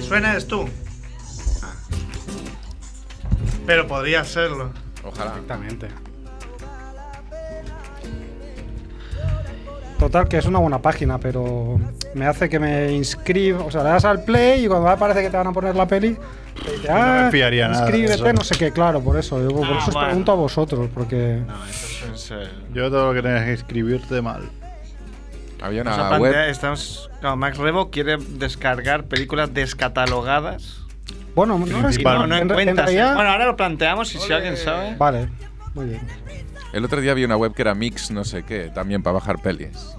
suena es tú. Pero podría serlo. Ojalá. Exactamente. Total, que es una buena página, pero me hace que me inscriba. O sea, le das al play y cuando aparece que te van a poner la peli, te dice, No me ah, fiaría nada de inscríbete, eso. no sé qué, claro, por eso. Yo por Ah, eso os bueno. pregunto a vosotros, porque. No, eso es. el- Yo todo lo que tenés que escribirte mal. Había Nos ha una planteado- Ah, web. estamos, claro, Max Rebo quiere descargar películas descatalogadas. Bueno, no, es que- Principal. No, no en, en encuentras. ¿eh? realidad- Bueno, ahora lo planteamos y si alguien sabe. Vale, muy bien. El otro día había una web que era Mix, no sé qué, también para bajar pelis.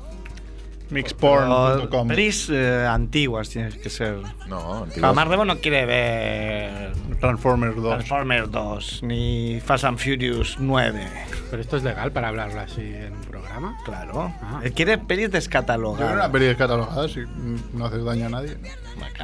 Mixporn.com. Pelis eh, antiguas tienes que ser. No, antiguas. Claro, Max Rebo no quiere ver Transformers 2. Transformers 2 ni Fast and Furious 9. Pero esto es legal para hablarlo así en un programa. Claro. Ah. Él quiere pelis Yo creo que descatalogadas. una peli descatalogada si mm, no haces daño a nadie.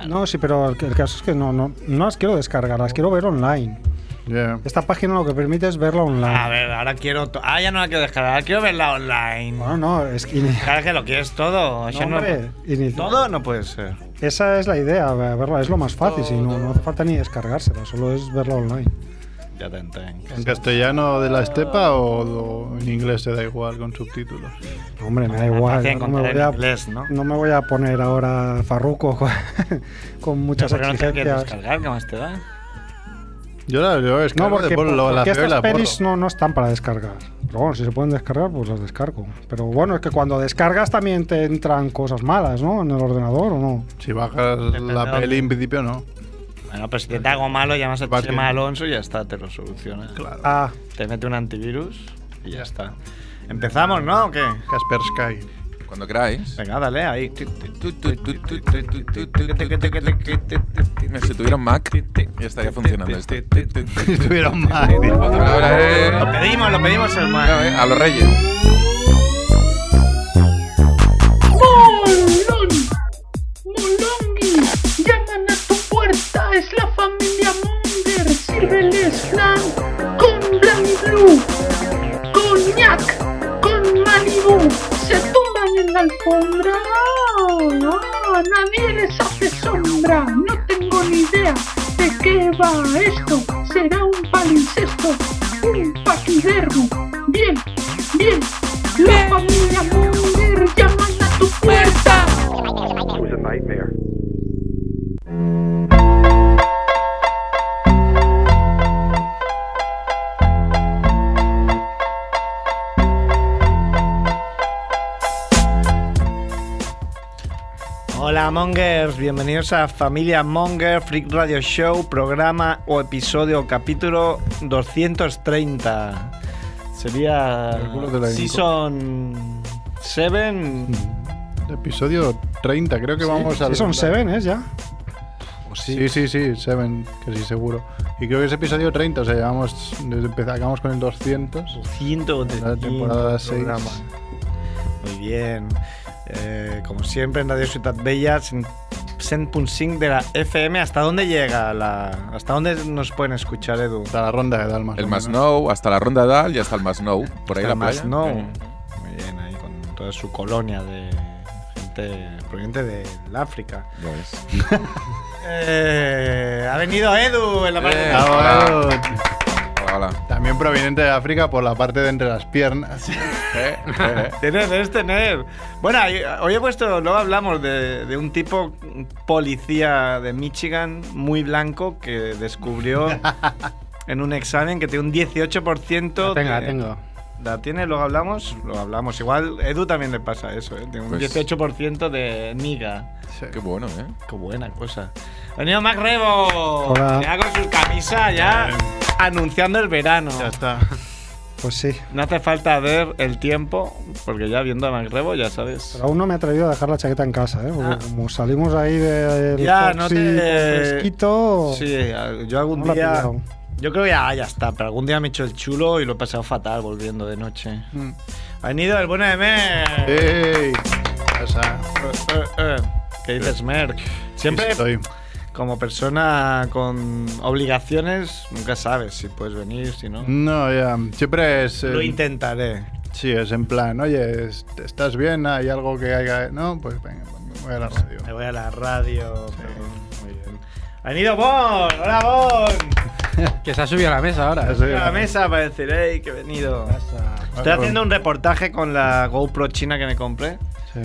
No, sí, pero el, el caso es que no, no, no las quiero descargar, las quiero ver online. Yeah. Esta página lo que permite es verla online. A ver, ahora quiero. to- Ah, ya no la quiero descargar, ahora quiero verla online. Bueno, no, es que. ini- Claro que lo quieres todo. o sea, Ah. No, no- hombre, inici- Todo no puede ser. Esa es la idea, ver- verla es lo más fácil, si no, no hace falta ni descargársela, solo es verla online. Ya te entiendo. ¿En castellano de la estepa o, o en inglés te da igual con subtítulos? Hombre, me da igual, Fácil no me, encontrar en voy a, inglés, ¿no? no me voy a poner ahora farruco con, con muchas ¿Por qué no te la quieres exigencias. descargar? ¿Qué más te da? Yo la veo, es que No, porque, lo, porque las veo y estas las borro. pelis no, no están para descargar. Pero bueno, si se pueden descargar, pues las descargo. Pero bueno, es que cuando descargas también te entran cosas malas, ¿no? En el ordenador o no. Si bajas Depende de la dónde. peli, en principio no. Bueno, pues si te da algo malo, llamas a Vas Chema bien. Alonso y ya está, te lo soluciona. Claro. Ah, Te mete un antivirus y ya está. ¿Empezamos, no? ¿O qué? Casper Sky. Cuando queráis. Venga, dale, ahí. Mira, Si tuviera un Mac, ya estaría funcionando esto. Estuvieron mal. Lo pedimos, lo pedimos, hermano. eh, A los reyes. ¡Molón! ¡Molongi! ¡Llaman a tu puerta! ¡Es la familia Monger! ¡Sírveles flan con Blanc Blue! ¡Coñac! ¡Con Malibu! ¡Se tumban en la alfombra! ¡Ah! ¡Nadie les hace sombra! ¡No tengo ni idea de qué va esto! ¡Será un palincesto! ¡Un paquidermo! ¡Bien! ¡Bien! ¡La familia Monger llaman a tu puerta! Hola Mongers, bienvenidos a Familia Monger Freak Radio Show, programa o episodio o capítulo 230. Sería El culo de la Season 7. Mm. Episodio 30, creo que vamos al. sí son Seven, ¿eh? Ya. Pues Sí, sí, sí, Seven, casi seguro. Y creo que es episodio 30, o sea, llevamos. Desde empezar, acabamos con el 200. 200 La temporada 6. Muy bien. Eh, como siempre en Radio Ciudad Bella, 100.5 de la FM. ¿Hasta dónde llega la...? ¿Hasta dónde nos pueden escuchar, Edu? Hasta la ronda de Dalmas. El más más no. no, hasta la ronda DAL y hasta el más no. Por ahí Está la más playa. no. Muy bien, ahí con toda su colonia de gente proveniente del África. Ya ves. Eh, ha venido Edu en la parte Eh. de- Ah. Hola, hola. Ah, También proveniente de África por la parte de entre las piernas. Eh, eh, Tener, es tener. Bueno, ahí- hoy he puesto, luego hablamos de, de un tipo policía de Michigan muy blanco que descubrió en un examen que tiene un 18%. La tengo, la de- tengo. ¿La tiene? Luego hablamos. Luego hablamos. Igual Edu también le pasa eso, ¿eh? Tiene un Pues- 18% de niga. Sí. eh. Qué bueno, ¿eh? Qué buena cosa. Ha venido Mac Rebo. Hola. Ya con su camisa, ya anunciando el verano. Ya está. Pues sí. No hace falta ver el tiempo, porque ya viendo a Mac Rebo, ya sabes. Pero aún no me he atrevido a dejar la chaqueta en casa, ¿eh? Porque Ah. como salimos ahí del Ya, Foxy no con te- fresquito, Sí, eh, yo algún no la he día. pillado. Yo creo que ya, ya está, pero algún día me he hecho el chulo y lo he pasado fatal volviendo de noche. Mm. Ha venido el bueno de Merck. ¡Ey! O sea, Eh, eh, eh. ¿Qué dices, Merck? Siempre, estoy. como persona con Mm, obligaciones, nunca sabes si puedes venir, si no. No, ya. Siempre es. eh, Lo intentaré. Sí, es en plan, oye, es- ¿estás bien? ¿Hay algo que haya...? No, pues venga, voy a la radio. Me voy a la radio. pero- Muy bien. Ha venido Bon. Hola, Bon. Que se ha subido a la mesa ahora. Eso A ya- la mesa para decir, hey, que he venido. Estoy Ah, haciendo un reportaje con la GoPro china que me compré. Sí.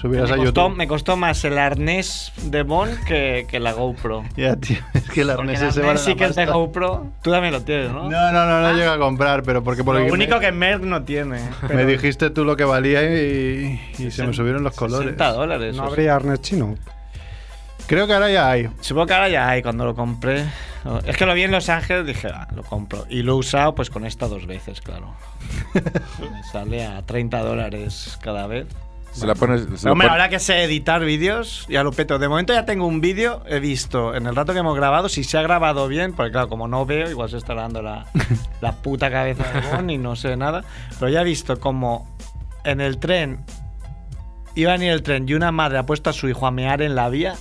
Subirás a me, YouTube. costó, me costó más el arnés de Bon que, que la GoPro. Ya, tío, es que el Porque arnés el ese vale arnés sí la que es de pasta. GoPro. Tú también lo tienes, ¿no? No, no, no, no llega a comprar, pero porque por Lo aquí único me, que Merck no tiene. me dijiste tú lo que valía y, y se me subieron los 60 colores. dólares. No o sea. habría arnés chino. Creo que ahora ya hay. Supongo que ahora ya hay cuando lo compré. Es que lo vi en Los Ángeles, dije, ah, lo compro. Y lo he usado pues con esta dos veces, claro. Me sale a 30 dólares cada vez. Se la pones. se la Hombre, Pues pon- ahora que sé editar vídeos, ya lo peto. De momento ya tengo un vídeo, he visto en el rato que hemos grabado, si se ha grabado bien, porque claro, como no veo, igual se está grabando la, la puta cabeza de Bon y no sé nada. Pero ya he visto como en el tren iba a venir el tren y una madre ha puesto a su hijo a mear en la vía.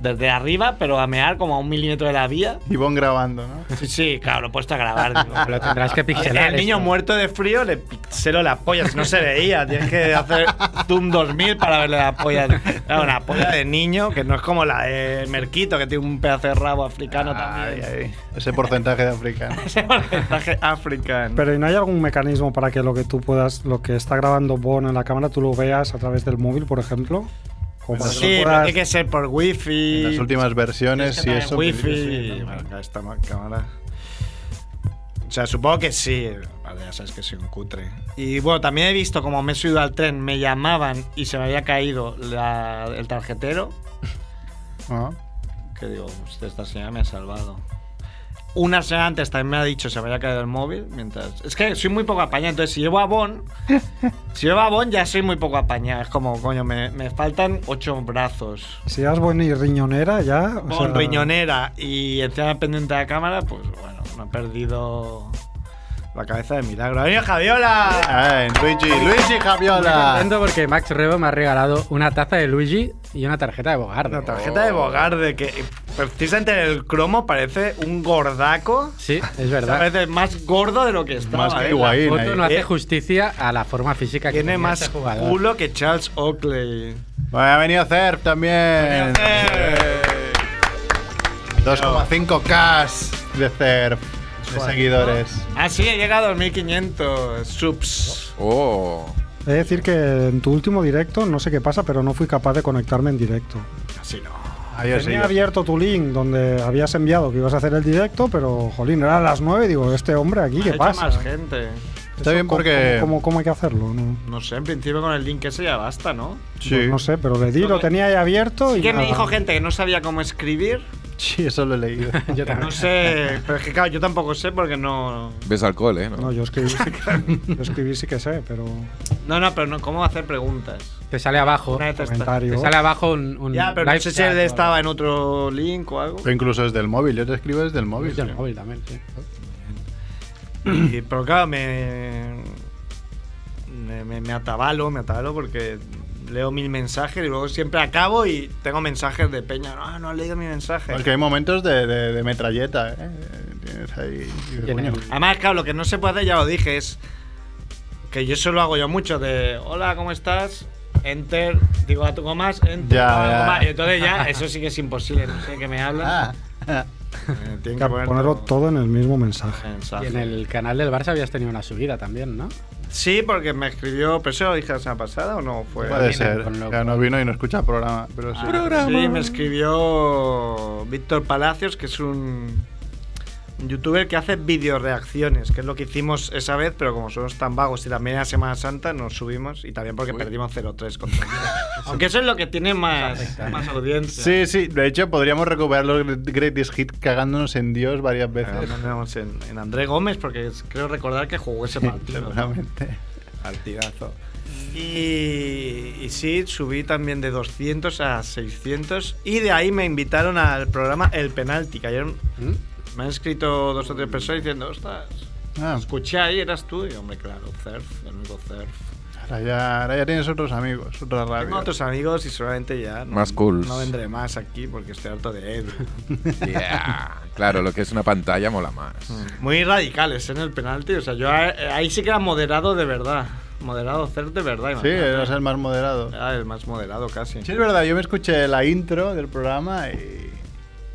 Desde arriba, pero a mear como a un milímetro de la vía. Y Bon grabando, ¿no? Sí, sí, claro, lo he puesto a grabar. digo. Lo tendrás que pixelar. El niño esto. muerto de frío le pixeló la polla, si no se veía. Tienes que hacer Doom 2000 para verle la polla. Era una polla de niño que no es como la de Merquito, que tiene un pedazo de rabo africano Ay, también. ay, ese porcentaje de africano. Ese porcentaje africano. Pero ¿y no hay algún mecanismo para que lo que tú puedas, lo que está grabando Bono en la cámara, tú lo veas a través del móvil, por ejemplo? O para que Pues sí, lo pero puedas- tiene que ser por wifi. En las últimas Tienes que versiones, sí, tener eso. wifi. Bueno, acá está ma- cámara. O sea, supongo que sí. Vale, ya sabes que soy un cutre. Y bueno, también he visto como me he subido al tren, me llamaban y se me había caído la- el tarjetero. Ah, Que digo, "Hostia, esta señora me ha salvado. Una semana antes también me ha dicho se me había caído el móvil. mientras Es que soy muy poco apañado. Entonces, si llevo a Bon, si llevo a Bon, ya soy muy poco apañado. Es como, coño, me, me faltan ocho brazos. Si eras buen y riñonera ya. o Bon, sea, riñonera y encima pendiente de la cámara, pues bueno, me ha perdido la cabeza de milagro. ¡Ha venido Javiola! Ah, en Luigi, Luigi Estoy Javiola. contento porque Max Rebo me ha regalado una taza de Luigi y una tarjeta de Bogarde. La tarjeta de Bogarde, que precisamente en el cromo parece un gordaco. Sí, es O sea, verdad. Parece más gordo de lo que está. Más que La Higuaín foto ahí. no hace Eh, justicia a la forma física que Tiene tenía más este jugador. culo que Charles Oakley. Bueno, ha venido Cerf ¡Eh! también. 2,5K de Cerf. De seguidores. Ah, sí, he llegado a 2500 subs. Oh. He de decir que en tu último directo, no sé qué pasa, pero no fui capaz de conectarme en directo. Así no. Ah, yo sí, Tenía yo- abierto tu link donde habías enviado que ibas a hacer el directo, pero jolín, eran las 9 y digo, este hombre aquí, Ha ¿qué hecho pasa? más gente. Está bien ¿Cómo- porque. ¿Cómo, cómo, cómo hay que hacerlo? No, pues No sé, en principio con el link ese ya basta, ¿no? Sí. no sé, pero le di, lo tenía ahí abierto y. ¿Quién me nada. dijo gente que no sabía cómo escribir? Sí, eso lo he leído. Yo también. Pues No sé, pero es que claro, yo tampoco sé porque no. Ves alcohol, ¿eh? ¿No? No, yo escribí, sí que, yo escribí sí que sé, pero. No, no, pero no, ¿cómo hacer preguntas? Te sale abajo. Una vez está- Te Comentario. sale abajo un, un Ya, pero no live sé si chat él o algo. estaba en otro link o algo. Pero incluso desde el móvil, yo te escribo desde el móvil. Desde el móvil también, sí. Y, pero claro, me, me, me- me atabalo, me atabalo porque leo mil mensajes y luego siempre acabo y tengo mensajes de peña. Ah, No, no he leído mi mensaje. Porque hay momentos de, de- de metralleta, ¿eh? Tienes ahí. dices, Tiene- coño. Además, claro, lo que no se puede hacer, ya lo dije, es que yo eso lo hago yo mucho, de hola, ¿cómo estás? Enter, digo a tu comas, enter, Ya, a tu ya. comas. Y entonces ya, eso sí que es imposible, no sé de qué me habla. Ah, ah. Eh, tienen Claro, ponerlo todo en el mismo mensaje. Y en el canal del Barça habías tenido una subida también, ¿no? Sí, porque me escribió, pero eso lo dije la semana pasada o no fue. Ah, Puede viene ser. con lo- Ya no vino y no escucha el programa. Pero sí. Sí, me escribió Víctor Palacios, que es un un youtuber que hace videoreacciones, que es lo que hicimos esa vez, pero como somos tan vagos y también a Semana Santa nos subimos y también porque Uy. perdimos 0-3 contra ellos. Aunque eso es lo que tiene más, más audiencia. Sí, sí, de hecho podríamos recuperar los greatest hits cagándonos en Dios varias Ahora veces. nos vemos en, en André Gómez, porque es- creo recordar que jugó ese partido. Seguramente. Partidazo. Y, y sí, subí también de 200 a 600 y de ahí me invitaron al programa El Penalti, que ayer ¿Mm? Me han escrito dos o tres personas diciendo, ostras, Ah, escuché ahí, eras tú. Y hombre, claro, surf, el único surf. Ahora ya, ahora ya tienes otros amigos, otra radio. Tengo otros amigos y seguramente ya no, Más cool. no vendré más aquí porque estoy harto de Edu. Yeah. Claro, lo que es una pantalla mola más. Muy radicales ¿eh? en el penalti. O sea, yo a- ahí sí que era moderado de verdad. Moderado CER de verdad. Sí, imagínate. eras el más moderado. Era el más moderado casi. Sí, es verdad, yo me escuché la intro del programa y,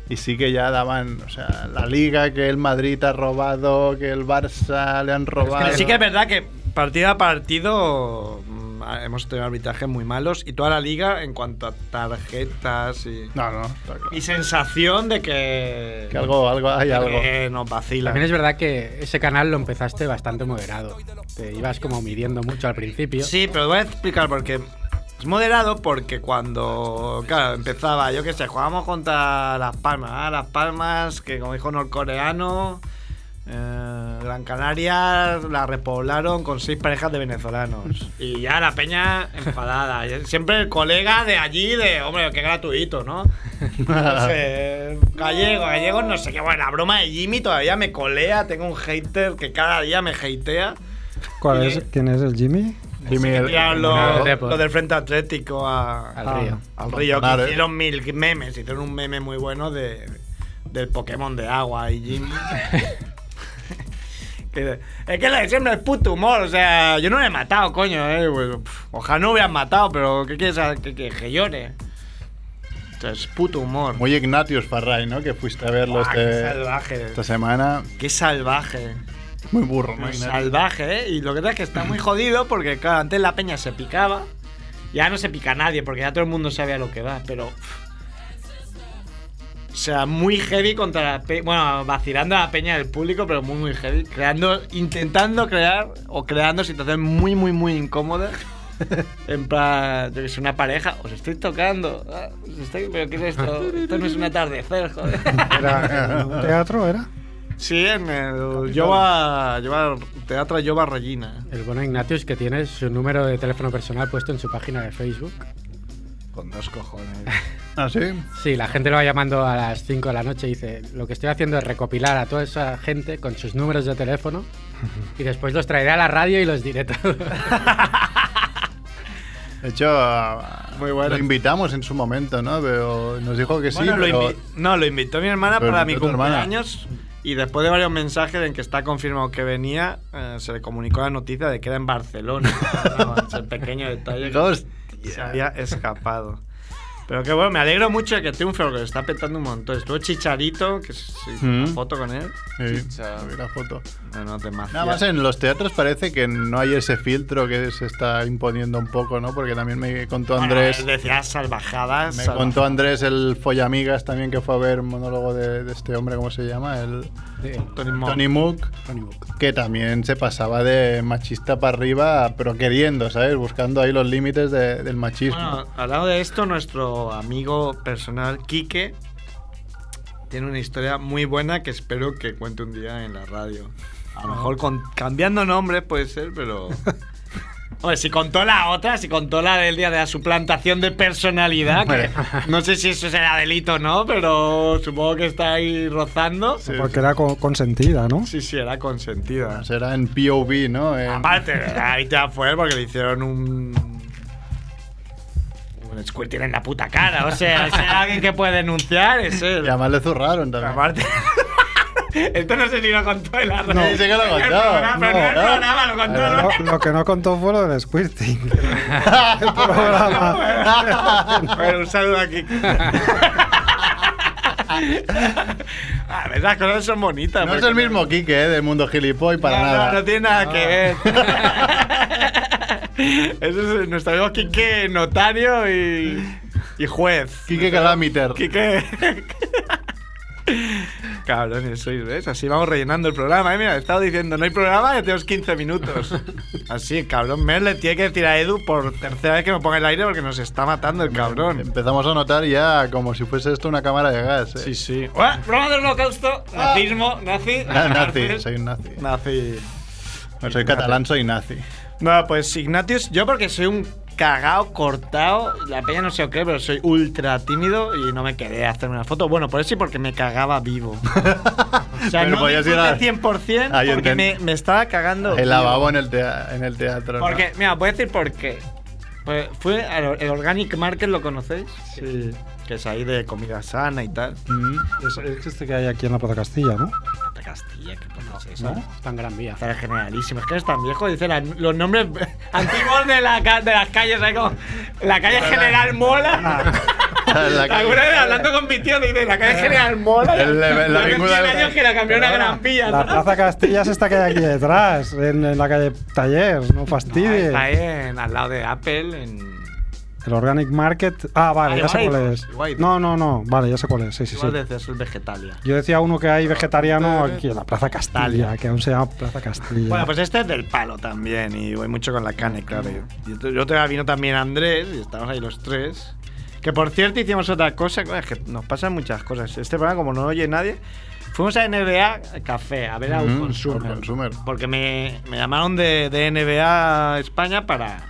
y sí que ya daban, o sea, la liga que el Madrid ha robado, que el Barça le han robado. Pero sí que es verdad que partido a partido mm, ha- hemos tenido arbitrajes muy malos y toda la liga en cuanto a tarjetas y, No, no, está claro. y sensación de que, Que algo, algo, hay de algo. que nos vacila. También es verdad que ese canal lo empezaste bastante moderado. Te ibas como midiendo mucho al principio. Sí, pero voy a explicar por qué. Es moderado porque cuando, claro, empezaba, yo qué sé, jugábamos contra Las Palmas. ah, Las Palmas, que como dijo norcoreano, eh, Gran Canaria la repoblaron con seis parejas de venezolanos. Y ya la peña enfadada. Y Siempre el colega de allí, de, hombre, qué gratuito, ¿no? No sé, gallego, gallego, no sé qué. Bueno, la broma de Jimmy todavía me colea. Tengo un hater que cada día me hatea. ¿Cuál Y- es, ¿Quién es el Jimmy? Jimmy, el- Tiraron Una lo, vez de por- lo del Frente Atlético a- Al a- río. al río, que Claro, eh. hicieron mil memes. Hicieron un meme muy bueno de, del Pokémon de agua y Jimmy. Que- es que lo de siempre es puto humor. O sea, yo no le he matado, coño. eh, pues, pf, ojalá no hubieran matado, pero ¿qué quieres que, que, que llore? O sea, es puto humor. muy Ignatius Farray, ¿no? Que fuiste a verlo Buah, Ah, qué este- salvaje. esta semana. Qué salvaje. Muy burro, ¿no? Muy Ignatius? salvaje, ¿eh? Y lo que pasa es que está muy jodido porque, claro, antes la peña se picaba. Ya no se pica nadie porque ya todo el mundo sabe a lo que va, pero. pff. O sea, muy heavy contra la peña. Bueno, vacilando a la peña del público, pero muy, muy heavy. Creando, intentando crear o creando situaciones muy, muy, muy incómodas. En plan, yo que sé, una pareja. Os estoy tocando. Ah, os estoy- ¿Pero qué es esto? Esto no es un atardecer, joder. ¿Era un teatro? ¿Era? Sí, en el Yoba, Yoba- Teatro Yoba Regina. El bueno Ignatius que tiene su número de teléfono personal puesto en su página de Facebook. Con dos cojones. Ah, sí. Sí, la gente lo va llamando a las 5 de la noche y dice, lo que estoy haciendo es recopilar a toda esa gente con sus números de teléfono y después los traeré a la radio y los diré todo. De hecho, ah, Muy bueno. lo invitamos en su momento, ¿no? Pero nos dijo que sí, Bueno, lo pero invi- no, lo invitó mi hermana Pero para mi invitó tu hermana. cumpleaños. Y después de varios mensajes en que está confirmado que venía, eh, se le comunicó la noticia de que era en Barcelona. No, es el pequeño detalle que se había escapado. Pero que bueno, me alegro mucho de que triunfe porque lo está petando un montón. Estuvo Chicharito, que se se hizo una Mm. foto con él. Sí, Chicha. vi la foto. No, no, te Nada más en los teatros parece que no hay ese filtro que se está imponiendo un poco, ¿no? Porque también me contó Andrés, decía salvajadas. me salvajadas. contó Andrés el follamigas también que fue a ver monólogo de, de este hombre, ¿cómo se llama? El Tony Moll. Tony Mook, que también se pasaba de machista para arriba, pero queriendo, ¿sabes? Buscando ahí los límites de- del machismo. Bueno, al lado de esto, nuestro amigo personal Quique tiene una historia muy buena que espero que cuente un día en la radio. A lo mejor con- cambiando nombres puede ser, pero. Hombre, si contó la otra, si contó la del día de la suplantación de personalidad, que Hombre. no sé si eso será delito o no, pero supongo que está ahí rozando. Sí, Porque era co- consentida, ¿no? Sí, sí, era consentida. Será en POV, ¿no? En- Aparte, ahí ya fue porque le hicieron un. Un squirting en la puta cara. O sea, si hay alguien que puede denunciar, es y él. además le zurraron también. Aparte. Esto no sé si lo contó en la No, dice que lo El contó. programa, No, pero no el no. programa, lo contó. Pero ¿no? Lo, lo que no contó fue lo del squirting. El programa. Bueno, un saludo aquí. A ver, Ah, esas cosas son bonitas. No es porque- el mismo Quique, ¿eh? Del mundo gilipoy para no, nada. Ah. No, no tiene nada que ver. Eso es nuestro amigo Quique, notario y, y juez. Quique Calamiter. Quique. Cabrones sois, ¿ves? Así vamos rellenando el programa, ¿eh? Mira, he estado diciendo, no hay programa, ya tenemos 15 minutos. Así, cabrón, Merle tiene que decir a Edu por tercera vez que me ponga el aire porque nos está matando el cabrón. Empezamos a notar ya como si fuese esto una cámara de gas. ¿eh? Sí, sí. ¡Uah! Broma del holocausto, nazismo, nazi. Ah, nazi, soy un nazi. Nazi. No soy catalán, soy nazi. No, pues Ignatius, yo porque soy un cagado, cortado. La peña no sé qué, pero soy ultra tímido y no me quedé a hacerme una foto. Bueno, por eso y porque me cagaba vivo. O sea, Pero no me podías ir a- disfruté 100% Ah, yo porque me, entiendo. me estaba cagando. El vivo. lavabo en el, tea- en el teatro. ¿no? Porque, mira, voy a decir por qué. Pues fue al- el Organic Market, ¿lo conocéis? Sí. Que es ahí de comida sana y tal. Mm. Es, es este que hay aquí en la Plaza Castilla, ¿no? De Castilla, ¿qué pones eso? ¿No? Tan gran vía. Está generalísimo. Es que eres tan viejo, dice la- los nombres antiguos de, la ca- de las calles. ¿sabes? Como, la calle General Mola. La ¿Te acuerdas de hablando con mi tío? Dice, la calle General Mola. El- la- la Hace película 100 del- años que la cambió una gran pilla. La Plaza Castilla es esta que hay aquí detrás, en, en la calle Taller, no fastidies. Está ¿eh? en, al lado de Apple, en... el Organic Market. Ah, vale, Vale, ya sé guay, cuál pues, es. guay. No, no, no, vale, ya sé cuál es. Sí, sí, sí. igual decías el Vegetalia. Yo decía uno que hay vegetariano aquí en la Plaza Castilla, Talia. que aún se llama Plaza Castilla. Bueno, pues este es del palo también y voy mucho con la cane, claro. Yo, yo, yo todavía vino también Andrés y estamos ahí los tres. Que por cierto hicimos otra cosa, claro, es que nos pasan muchas cosas. Este programa, como no oye nadie, fuimos a NBA Café a ver a un Ujú, consumer, Outconsumer. Porque me, me llamaron de, de NBA España para...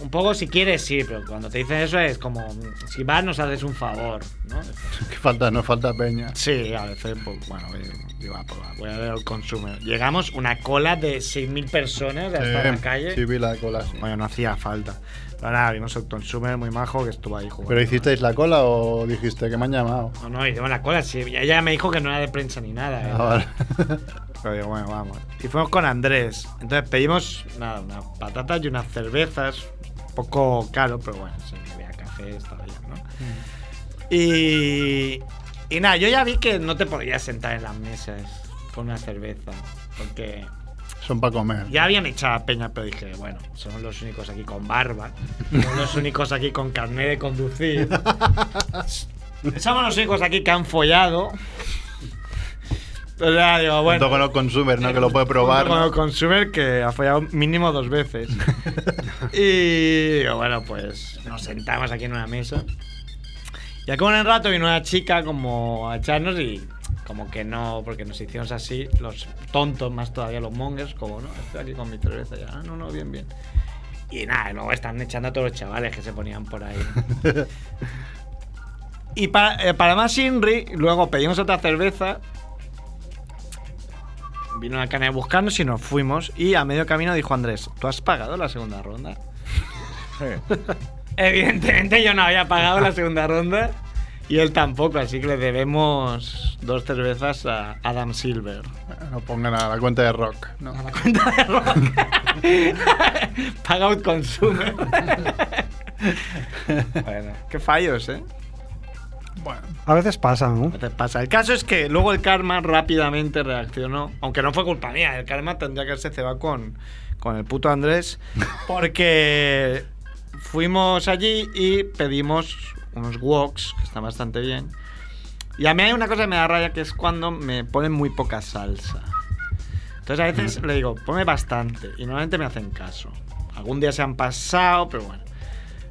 Un poco si quieres, sí, pero cuando te dicen eso es como, si vas nos haces un favor, ¿no? Que falta, no falta peña. Sí, a veces, pues, bueno, eh, digo, ah, pues, va, voy a ver el consumer. Llegamos, una cola de 6.000 personas hasta Eh, la calle. Sí, vi la cola, sí. Bueno, no hacía falta. Pero nada, vimos el consumer muy majo que estuvo ahí jugando. ¿Pero hicisteis la cola o dijiste que me han llamado? No, no, hicimos la cola, sí. Y Ella me dijo que no era de prensa ni nada. eh. Ah, vale. Pero digo, bueno, vamos. Y fuimos con Andrés. Entonces pedimos, nada, unas patatas y unas cervezas. Un poco caro, pero bueno, si me veía café, estaba bien, ¿no? Y, y nada, yo ya vi que no te podías sentar en las mesas con una cerveza. Porque Son para comer. ya habían echado a Peña, pero dije, bueno, somos los únicos aquí con barba, somos los únicos aquí con carnet de conducir, somos los únicos aquí que han follado. O sea, digo, bueno. Junto con los consumer, ¿no? Que lo puede probar. Con ¿no? el consumer que ha fallado mínimo dos veces. y digo, bueno, pues nos sentamos aquí en una mesa. Y al cabo de un rato vino una chica como a echarnos y como que no, porque nos hicimos así, los tontos más todavía, los mongers, como no, estoy aquí con mi cerveza ya, ah, no, no, bien, bien. Y nada, y luego están echando a todos los chavales que se ponían por ahí. y para, eh, para más Inri, luego pedimos otra cerveza Vino la cana de buscarnos y nos fuimos. Y a medio camino dijo Andrés, ¿tú has pagado la segunda ronda? Mm. Sí. Evidentemente yo no había pagado la segunda ronda. Y él tampoco, así que le debemos dos cervezas a Adam Silver. No pongan a la cuenta de rock. ¿no? A la cuenta de Rock. Paga out consumer. bueno, qué fallos, ¿eh? A veces pasa, ¿no? No te pasa. El caso es que luego el karma rápidamente reaccionó, aunque no fue culpa mía, el karma tendría que haberse cebado con, con el puto Andrés, porque fuimos allí y pedimos unos woks, que están bastante bien. Y a mí hay una cosa que me da raya, que es cuando me ponen muy poca salsa. Entonces a veces le digo, ponme bastante, y normalmente me hacen caso. Algún día se han pasado, pero bueno.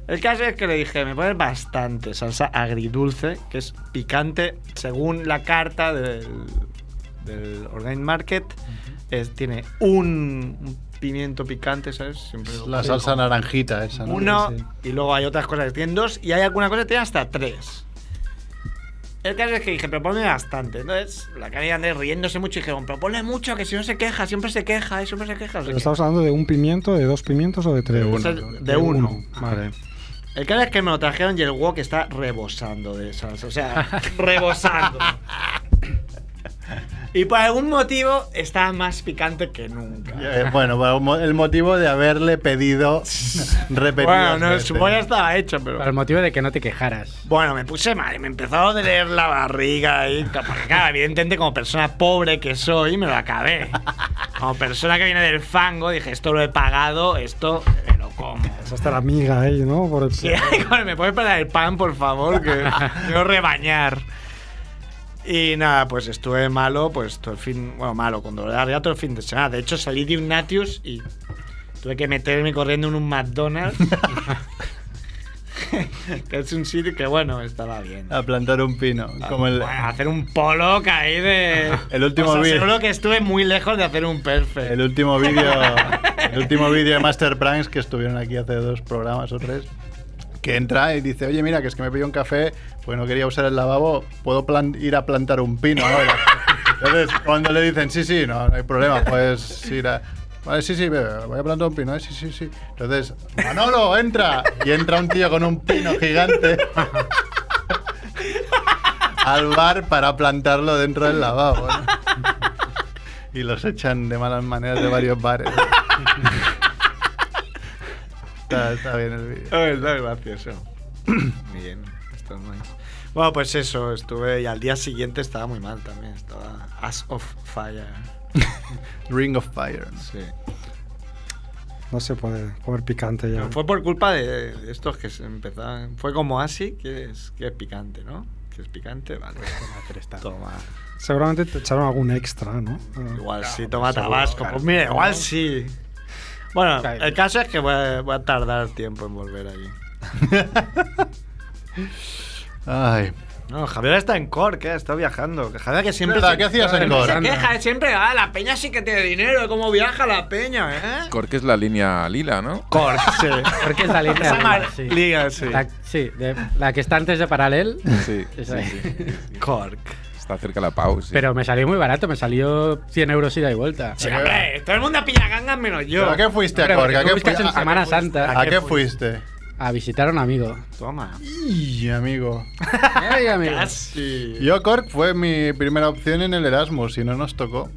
El caso es que le dije, me pones bastante salsa agridulce, que es picante, según la carta del, del Organic Market, es- tiene un, un pimiento picante, ¿sabes? Siempre Es lo La pico. salsa naranjita esa, ¿no? Uno, Sí, sí. y luego hay otras cosas que tienen dos, y hay alguna cosa que tiene hasta tres. El caso es que dije, pero ponme bastante. Entonces, la cara de Andrés riéndose mucho y dijeron, pero ponle mucho, que si no se queja, siempre se queja, eh, siempre se queja. no sé Pero qué. ¿Estamos hablando de un pimiento, de dos pimientos o de tres? De uno. Eso es de de uno. Vale. El caso es que me lo trajeron y el wok está rebosando de salsa. O sea, rebosando. y por algún motivo está más picante que nunca. Eh, Bueno, por mo- el motivo de haberle pedido repetidas Bueno, no, veces. supongo ya estaba hecho, Por el pero. motivo de que no te quejaras. Bueno, me puse mal y me empezó a doler la barriga. Y, porque, claro, evidentemente, como persona pobre que soy, me lo acabé. Como persona que viene del fango, dije: Esto lo he pagado, esto me lo como. Es Pues hasta la miga ahí, ¿no? Por el- Sí, joder, me puedes parar el pan, por favor, que quiero rebañar. Y nada, pues estuve malo, pues todo el fin, bueno, malo, con dolor de barriga todo el fin de semana. De hecho, salí de un Natius y tuve que meterme corriendo en un McDonald's. es un sitio que, bueno, estaba bien. A plantar un pino. Como el, Ah, Bueno, hacer un polo caí de. El último Os vídeo. aseguro que estuve muy lejos de hacer un perfect. el último vídeo. El último vídeo de Master Pranks que estuvieron aquí hace dos programas o tres. Que entra y dice, oye, mira, que es que me pillo un café, pues no quería usar el lavabo, puedo plan- ir a plantar un pino ahora. Entonces, cuando le dicen, sí, sí, no, no hay problema, pues ir a. Vale, sí, sí, bebe, voy a plantar un pino, eh, sí, sí, sí. Entonces, Manolo, entra. Y entra un tío con un pino gigante al bar para plantarlo dentro del lavabo. ¿no? Y los echan de malas maneras de varios bares. está, está bien el vídeo. Ah, Está gracioso. Muy bien. está muy- Bueno, pues eso, estuve y al día siguiente estaba muy mal también. Estaba As of Fire. Ring of Fire. ¿no? Sí. No se puede comer picante ya. Pero fue por culpa de de estos que se empezaban. Fue como así, que es, que es picante, ¿no? Que es picante, vale. Pues Toma. Seguramente te echaron algún extra, ¿no? Ah. Igual sí, toma tabasco. Pues mira, igual sí. Bueno, Claro. el caso es que voy a, voy a tardar tiempo en volver allí. Ay. No, Javier está en Cork, ¿eh? está viajando. Javier que siempre ¿Verdad? se- ¿Qué hacías en siempre Cork? Se queja, siempre, ah, la peña sí que tiene dinero, cómo viaja la peña, ¿eh? Cork es la línea lila, ¿no? Cork, sí. Porque es la línea. Esa mar- arriba, sí. liga, sí. La, sí, de- la que está antes de Paralel. Sí, sí, Esa sí, es. sí, sí. Cork. Está cerca la Pau, sí. Pero me salió muy barato, me salió 100 euros ida y vuelta. Sí, hombre, todo el mundo pilla gangas menos yo. ¿Pero ¿A qué fuiste Hombre, a Cork? porque ¿A tú qué, fuiste fui- en a- Semana a- Santa. ¿A qué fuiste? A visitar a un amigo. Toma. Y amigo. Ay, amigo. Casi. Yo Cork fue mi primera opción en el Erasmus, si no nos tocó.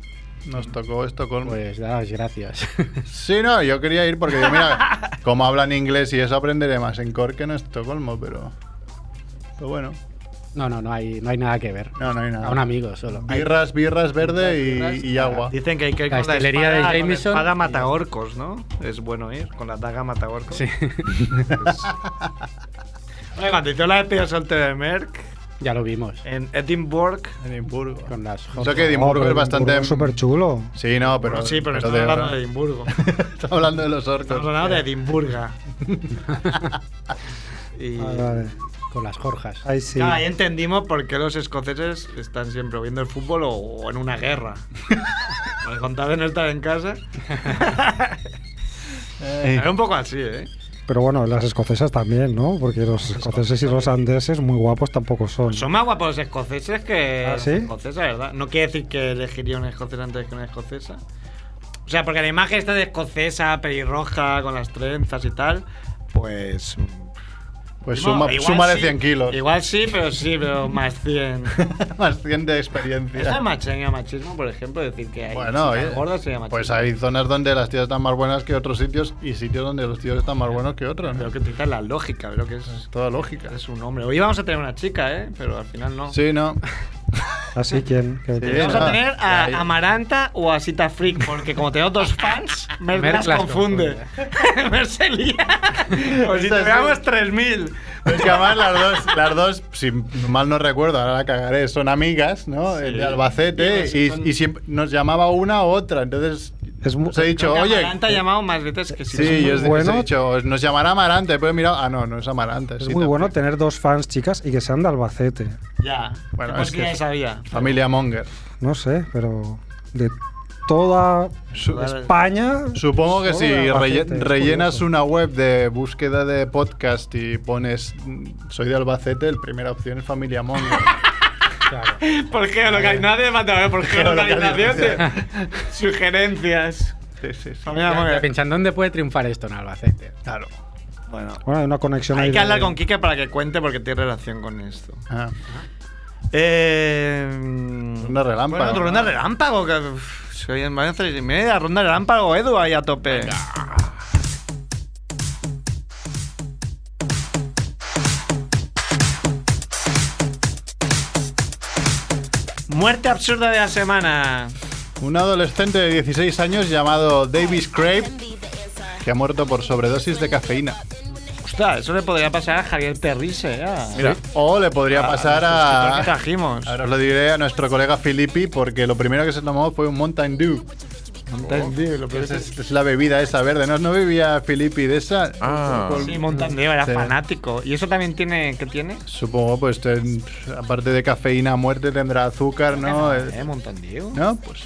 Nos tocó Estocolmo. Pues da las gracias. Sí, no, yo quería ir porque digo, mira, como hablan inglés y eso aprenderé más en Cork que en Estocolmo, pero. Pero bueno, No, no, no hay, no hay nada que ver. no, no hay nada. A un amigo solo. Birras, birras verde y, Birras, y agua. Dicen que hay que ir La con la hostelería de espada, con la Jameson. espada matagorcos, ¿no? Es bueno ir con la daga matagorcos. Sí. Oye, cuando hizo la despedida soltera de Merck ya lo vimos. en Edinburgh, Edimburgo. Con las Eso que Oh, Edimburgo es bastante. Súper chulo. Sí, no, pero. pero sí, pero de- estamos hablando de Edimburgo. Estamos hablando de los Estamos orcos. hablando de Edimburgo. y Vale, Ah, vale. Con las jorjas. Ahí sí. claro, ahí entendimos por qué los escoceses están siempre viendo el fútbol o, o en una guerra. Al contar de no estar en casa. Era un poco así, ¿eh? Pero bueno, las escocesas también, ¿no? Porque los escoceses y los andeses muy guapos tampoco son. Son más guapos los escoceses que ¿Ah, los sí? escoceses, ¿verdad? No quiere decir que elegiría un escocés antes que una escocesa. O sea, porque la imagen esta de escocesa, pelirroja, con las trenzas y tal, pues... Pues no, suma, igual súmale sí, 100 kilos. Igual sí, pero sí, pero más 100. Más 100 Eso de es experiencia. macheña, machismo, por ejemplo, decir que hay Bueno, chicas oye, gordas sería machismo. pues hay zonas donde las tías están más buenas que otros sitios y sitios donde los tíos están más buenos que otros. ¿no? Pero que utilizar la lógica, creo que es, Toda lógica. es un hombre. Hoy vamos a tener una chica, ¿eh? Pero al final no. Sí, no. Así, ¿quién? ¿Qué- Sí. Vamos a Ah, tener ya, a ya. Amaranta o a Sita Freak, porque como tengo dos fans, Merck Merck las las confunde. Merck se lía. Como si Esta es- tuviéramos 3.000. Es que además las dos, las dos, si mal no recuerdo, ahora la cagaré, son amigas, ¿no? De Albacete Sí, y, son- y siempre nos llamaba una u otra. Entonces Es mu- os he dicho, Creo que oye. Amaranta ha llamado más veces que si Sí, yo os- os bueno. he dicho, os- nos llamará Amarante. Pero he mirado, ah, no, no es Amarante. Es sí, muy bueno también. tener dos fans chicas y que sean de Albacete. Ya. Bueno, Pues es ya que- sabía. Familia Monger. No sé, pero de toda Su- Vale. España. Supongo que solo si de Albacete, relle- es rellenas curioso. una web de búsqueda de podcast y pones mm, soy de Albacete, la primera opción es Familia Monger. ¿Por qué? Lo que hay nadie va a tener por geolocalización Geolocalización. de sugerencias. sí, sí, sí. Familia Monger. Pensando dónde puede triunfar esto en Albacete. Claro. Bueno. Bueno, hay una conexión ahí Hay que de- hablar con Kike para que cuente porque tiene relación con esto. Ah, Eh, Ronda relámpago. Bueno, ronda relámpago. Que, uf, soy en Valencia y media, ronda relámpago, Edu, ahí a tope. Muerte absurda de la semana. Un adolescente de 16 años llamado Davis Crape que ha muerto por sobredosis de cafeína. Ostras, eso le podría pasar a Javier Terrise. Ya. Mira, Ah. o le podría pasar pues ¿Qué a... trajimos? Ahora os lo diré a nuestro colega Filippi porque lo primero que se tomó fue un Mountain Dew. Mountain Dew. Pero Es, es- es la bebida esa verde, ¿no? ¿No bebía Filippi de esa? Ah. Con- Sí, Mountain Dew era Sí. fanático. ¿Y eso también tiene. ¿Qué tiene? Supongo, pues, ten- aparte de cafeína a muerte, tendrá azúcar, ¿no? El- ¿Eh? Mountain Dew. ¿No? Pues.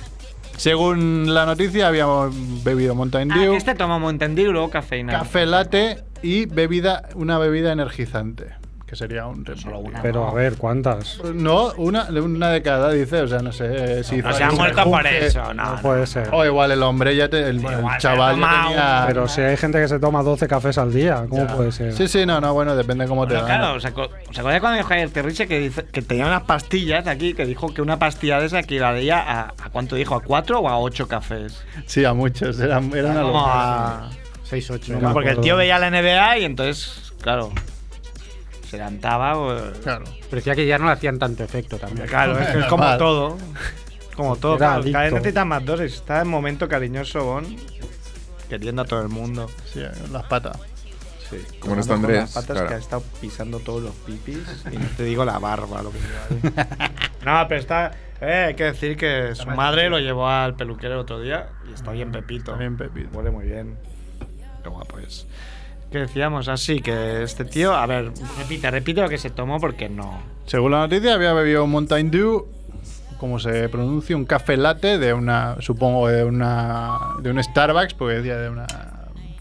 Según la noticia, habíamos bebido Mountain Ah, Dew, que este toma Mountain Dew y luego cafeína. café latte y bebida, una bebida energizante, que sería un Red Bull. Pero a ver, ¿cuántas? No, una, una de cada, dice, o sea, no sé. eh, Si No hizo se ha algún muerto por rejunte. eso, no. No puede ser. O igual el hombre ya te- el, el igual, chaval pero ya toma tenía- Pero si hay gente que se toma 12 cafés al día, ¿cómo puede ser? Sí, sí, no, no, bueno, depende cómo te Bueno, dan. claro, ¿os aco- os acordáis cuando dijo ayer Terriche que, dice- que tenía unas pastillas aquí, que dijo que una pastilla de esa equivalía a, a cuánto dijo, a cuatro o a ocho cafés? Sí, a muchos, era, era una Como locura. a- 6-8. No me porque el tío acuerdo. veía la NBA y entonces, claro, se levantaba. pues, Claro. Parecía que ya no le hacían tanto efecto también. Claro, es, que es como Normal. todo. Como todo, Era claro, cada vez adicto. necesitas más dosis. Está en momento cariñoso, Bon. Queriendo a todo el mundo. Sí, las patas. Como no está Con Andrés. Las patas claro. que ha Ah, estado pisando todos los pipis. Y no te digo la barba, lo que lleva ahí. No, pero está. eh, hay que decir que su madre lo llevó al peluquero el otro día y está Mm, bien Pepito. También Pepito. Huele muy bien. Qué guapo es. Que decíamos así, que este tío. A ver, repite, repite lo que se tomó porque no. Según la noticia, había bebido un Mountain Dew, como se pronuncia, un café latte de una, supongo, de una, de un Starbucks, porque decía de una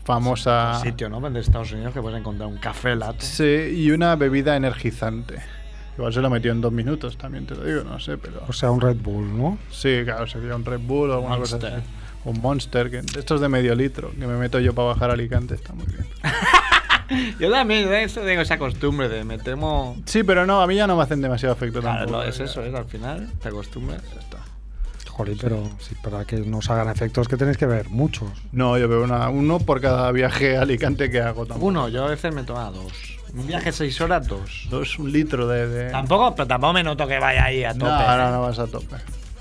famosa. Ah. sitio, ¿no? De Estados Unidos que puedes encontrar un café latte. Sí, y una bebida energizante. Igual se lo metió en dos minutos, también te lo digo, no sé, pero. O sea, un Red Bull, ¿no? Sí, claro, sería un Red Bull o alguna cosa así. Un Monster, que esto es de medio litro, que me meto yo para bajar a Alicante, está muy bien. Yo también de eso tengo esa costumbre de me temo. ¿eh? Sí, pero no, a mí ya no me hacen demasiado efecto Claro, tampoco. no, es eso, es al final, te acostumbras. Joder, pero sí, para que nos hagan efectos que tenéis que ver muchos. No, yo veo una- uno por cada viaje a Alicante que hago tampoco. Uno, yo a veces me tomaba dos. Un viaje seis horas, dos. Dos, un litro de. de- Tampoco, pero tampoco me noto que vaya ahí a No, tope. no, no vas a tope.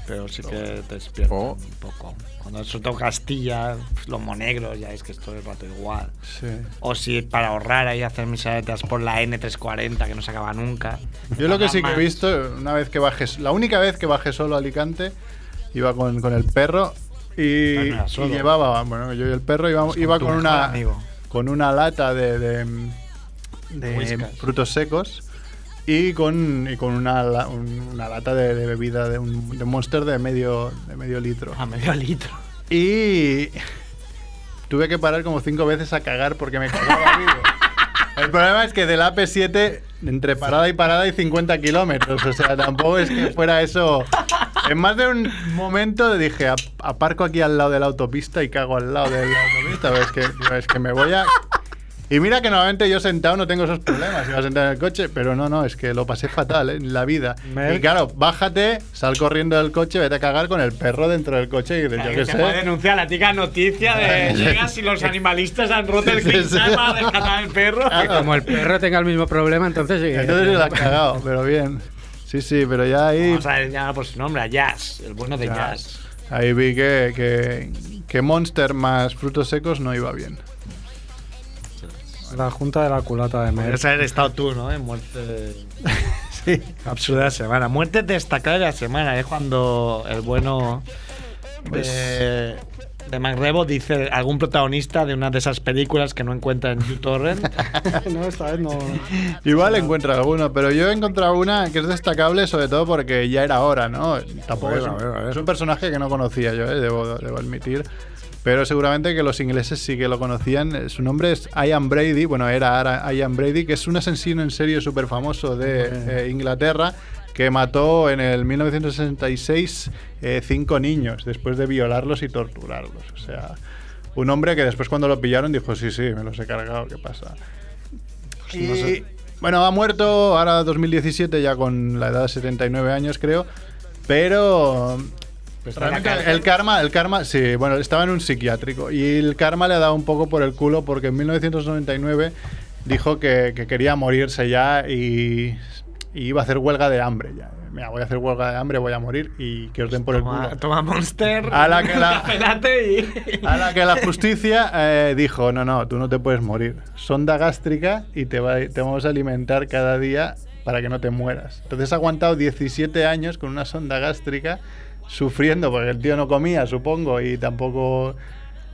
Pero sí que te despierta Oh. un poco. Cuando todo Castilla, pues, lomo negro, ya es que es todo el rato igual. Sí. O si para ahorrar ahí hacer mis aletas por la N340 que no se acaba nunca. Yo lo que Nada sí que he más. visto, una vez que bajes, la única vez que bajé solo a Alicante, iba con, con el perro y, Ah, no era y solo. llevaba, bueno, yo y el perro íbamos- iba, tu con mejor una amigo. con una lata de, de- de Whiskas. frutos secos y con, y con una, la- un- una lata de, de bebida de un, de un monster de medio, de medio litro. A Ah, medio litro. Y tuve que parar como cinco veces a cagar porque me cagaba vivo. El problema es que del AP7, entre parada y parada, hay 50 kilómetros. O sea, tampoco es que fuera eso. En más de un momento dije, "Ap- aparco aquí al lado de la autopista y cago al lado de la autopista. Pero es que, digo, es que me voy a... Y mira que normalmente yo sentado no tengo esos problemas. Iba sentado en el coche, pero no, no, es que lo pasé fatal ¿eh? en la vida. Merck. Y claro, bájate, sal corriendo del coche, vete a cagar con el perro dentro del coche y dices, yo qué sé. denunciar la tica noticia de llegas y los animalistas han roto el Sí, sí, sí. Ah, cristal para rescatar al perro. Que Como el perro tenga el mismo problema, entonces. eh, sí. Entonces se la has cagado, pero bien. Sí, sí, pero ya ahí, Vamos a llamar por su nombre, a Jazz, el bueno de Jazz. ahí vi que, que, que Monster más frutos secos no iba bien. La junta de la culata de Mer. Podrías haber estado tú, ¿no? En muerte. sí. Absurda de la semana. Muerte destacada de la semana es cuando el bueno de, de MacRebo dice algún protagonista de una de esas películas que no encuentra en uTorrent. no, esta vez no. Igual encuentra alguno, pero yo he encontrado una que es destacable sobre todo porque ya era hora, ¿no? Tampoco es, un, es un personaje que no conocía yo, eh, debo, debo admitir. Pero seguramente que los ingleses sí que lo conocían. Eh, Su nombre es Ian Brady, bueno, era Ara- Ian Brady, que es un asesino en serie súper famoso de eh, Inglaterra que mató en el 1966 eh, cinco niños después de violarlos y torturarlos. O sea, un hombre que después cuando lo pillaron dijo, sí, sí, me los he cargado, ¿qué pasa? Y, Eh, Bueno, ha muerto ahora 2017 ya con la edad de 79 años creo, pero realmente el karma, el karma, sí, bueno, estaba en un psiquiátrico y el karma le ha dado un poco por el culo porque en 1999 dijo que, que quería morirse ya y, y iba a hacer huelga de hambre ya. Mira, voy a hacer huelga de hambre, voy a morir y que os den por el culo. Toma, toma Monster, A la que la- pelate y... A la que la justicia eh, dijo, no, no, tú no te puedes morir. Sonda gástrica y te, va- te vamos a alimentar cada día para que no te mueras. Entonces ha aguantado 17 años con una sonda gástrica sufriendo porque el tío no comía, supongo, y tampoco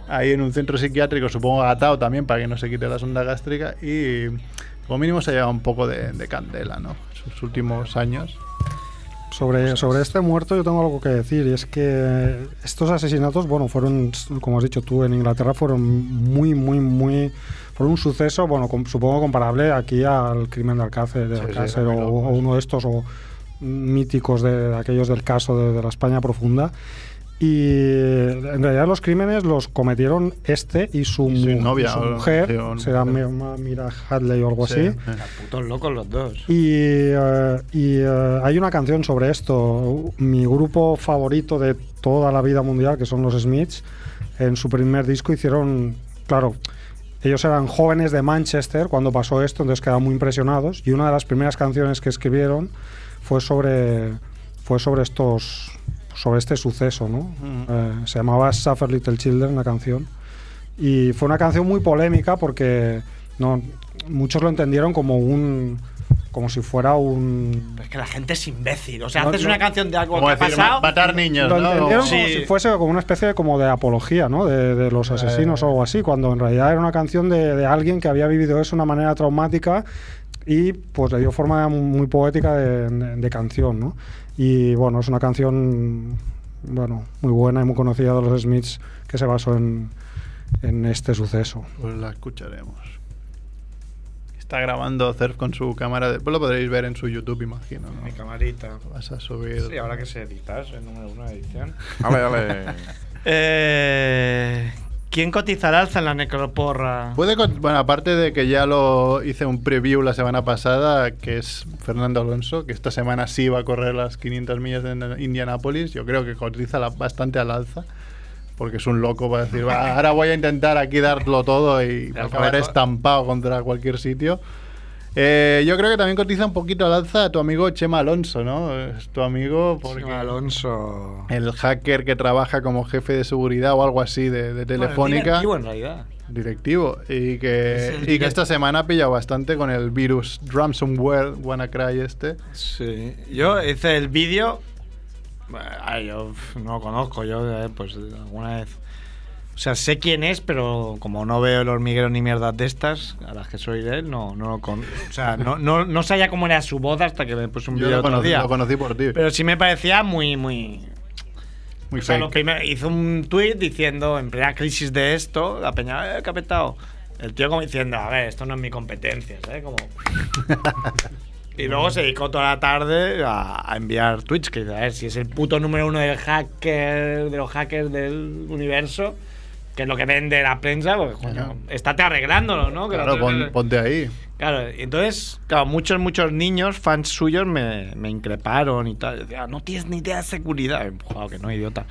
ahí en un centro psiquiátrico, supongo atado también para que no se quite la sonda gástrica. Y como mínimo se lleva un poco de, de candela, ¿no? Sus últimos años. Sobre, sobre este muerto yo tengo algo que decir y es que estos asesinatos, bueno, fueron, como has dicho tú, en Inglaterra fueron muy, muy, muy... Fueron un suceso, bueno, com- supongo comparable aquí al crimen de Alcácer, de Sí, sí, Alcácer, o, también lo- o uno de estos o míticos de, de aquellos del caso de, de la España profunda. Y en realidad los crímenes los cometieron este y su, Y su mu- novia, su o- mujer, sí, o- será Mi- Ma- Mira Hadley o algo así. Sí, sí. Putos locos los dos. Y, eh, y, eh, hay una canción sobre esto. Mi grupo favorito de toda la vida mundial, que son los Smiths, en su primer disco hicieron, claro, ellos eran jóvenes de Manchester cuando pasó esto, entonces quedaron muy impresionados. Y una de las primeras canciones que escribieron fue sobre, fue sobre estos, sobre este suceso, ¿no? Eh, se llamaba Suffer Little Children, la canción. Y fue una canción muy polémica porque no, muchos lo entendieron como un. como si fuera un. Es que la gente es imbécil. O sea, No, haces no. una canción de algo Como que ha decir, pasado. ma- matar niños, Lo ¿no? entendieron Como- Eh. como Sí. si fuese como una especie de, como de apología, ¿no? De, de los asesinos o algo así, cuando en realidad era una canción de, de alguien que había vivido eso de una manera traumática y pues le dio forma muy poética de, de- de canción, ¿no? Y bueno, es una canción, bueno, muy buena y muy conocida de los Smiths que se basó en, en este suceso. Pues la escucharemos. Está grabando Cerf con su cámara. De... Pues lo podréis ver en su YouTube, imagino. ¿no? Mi camarita. Vas a subir. Sí, ahora que se editas, el número uno de edición. Ale, ale. Eh, ¿Quién cotizará alza en la necroporra? Puede con- Bueno, aparte de que ya lo hice un preview la semana pasada, que es Fernando Alonso, que esta semana sí va a correr las 500 millas de Indianápolis, yo creo que cotiza la- bastante al alza, porque es un loco para decir, "Va, ahora voy a intentar aquí darlo todo y El acabar récord. estampado contra cualquier sitio. Eh, yo creo que también cotiza un poquito al alza a tu amigo Chema Alonso, ¿no? Es tu amigo porque Alonso. el hacker que trabaja como jefe de seguridad o algo así de, de Telefónica en realidad. directivo y Es que, el y que direct- esta semana ha pillado bastante con el virus ransomware WannaCry este. Sí. Yo hice el vídeo. Ah, yo pf, no lo conozco, yo eh, pues alguna vez. O sea, sé quién es, pero como no veo el hormiguero ni mierdas de estas, a las que soy de él, no, no lo con... O sea, no, no, no sabía cómo era su voz hasta que me puse un Yo vídeo lo otro conocí, día. lo conocí por ti. Pero sí me parecía muy, muy, muy O sea, lo fake. primero- hizo un tuit diciendo, en plena crisis de esto, la peña, eh, que ha petado. El tío como diciendo, a ver, esto no es mi competencia, ¿sabes? Como... y luego se dedicó toda la tarde a, a enviar tweets, que dice, a ver, si es el puto número uno del hacker, de los hackers del universo, que es lo que vende la prensa, porque, coño, Claro. estate arreglándolo, ¿no? Que lo Claro, tienes- pon- ponte ahí. Claro, y entonces, claro, muchos, muchos niños, fans suyos, me, me increparon y tal. Decía, "Ah, no tienes ni idea de seguridad. Y, Joder, que no, idiota.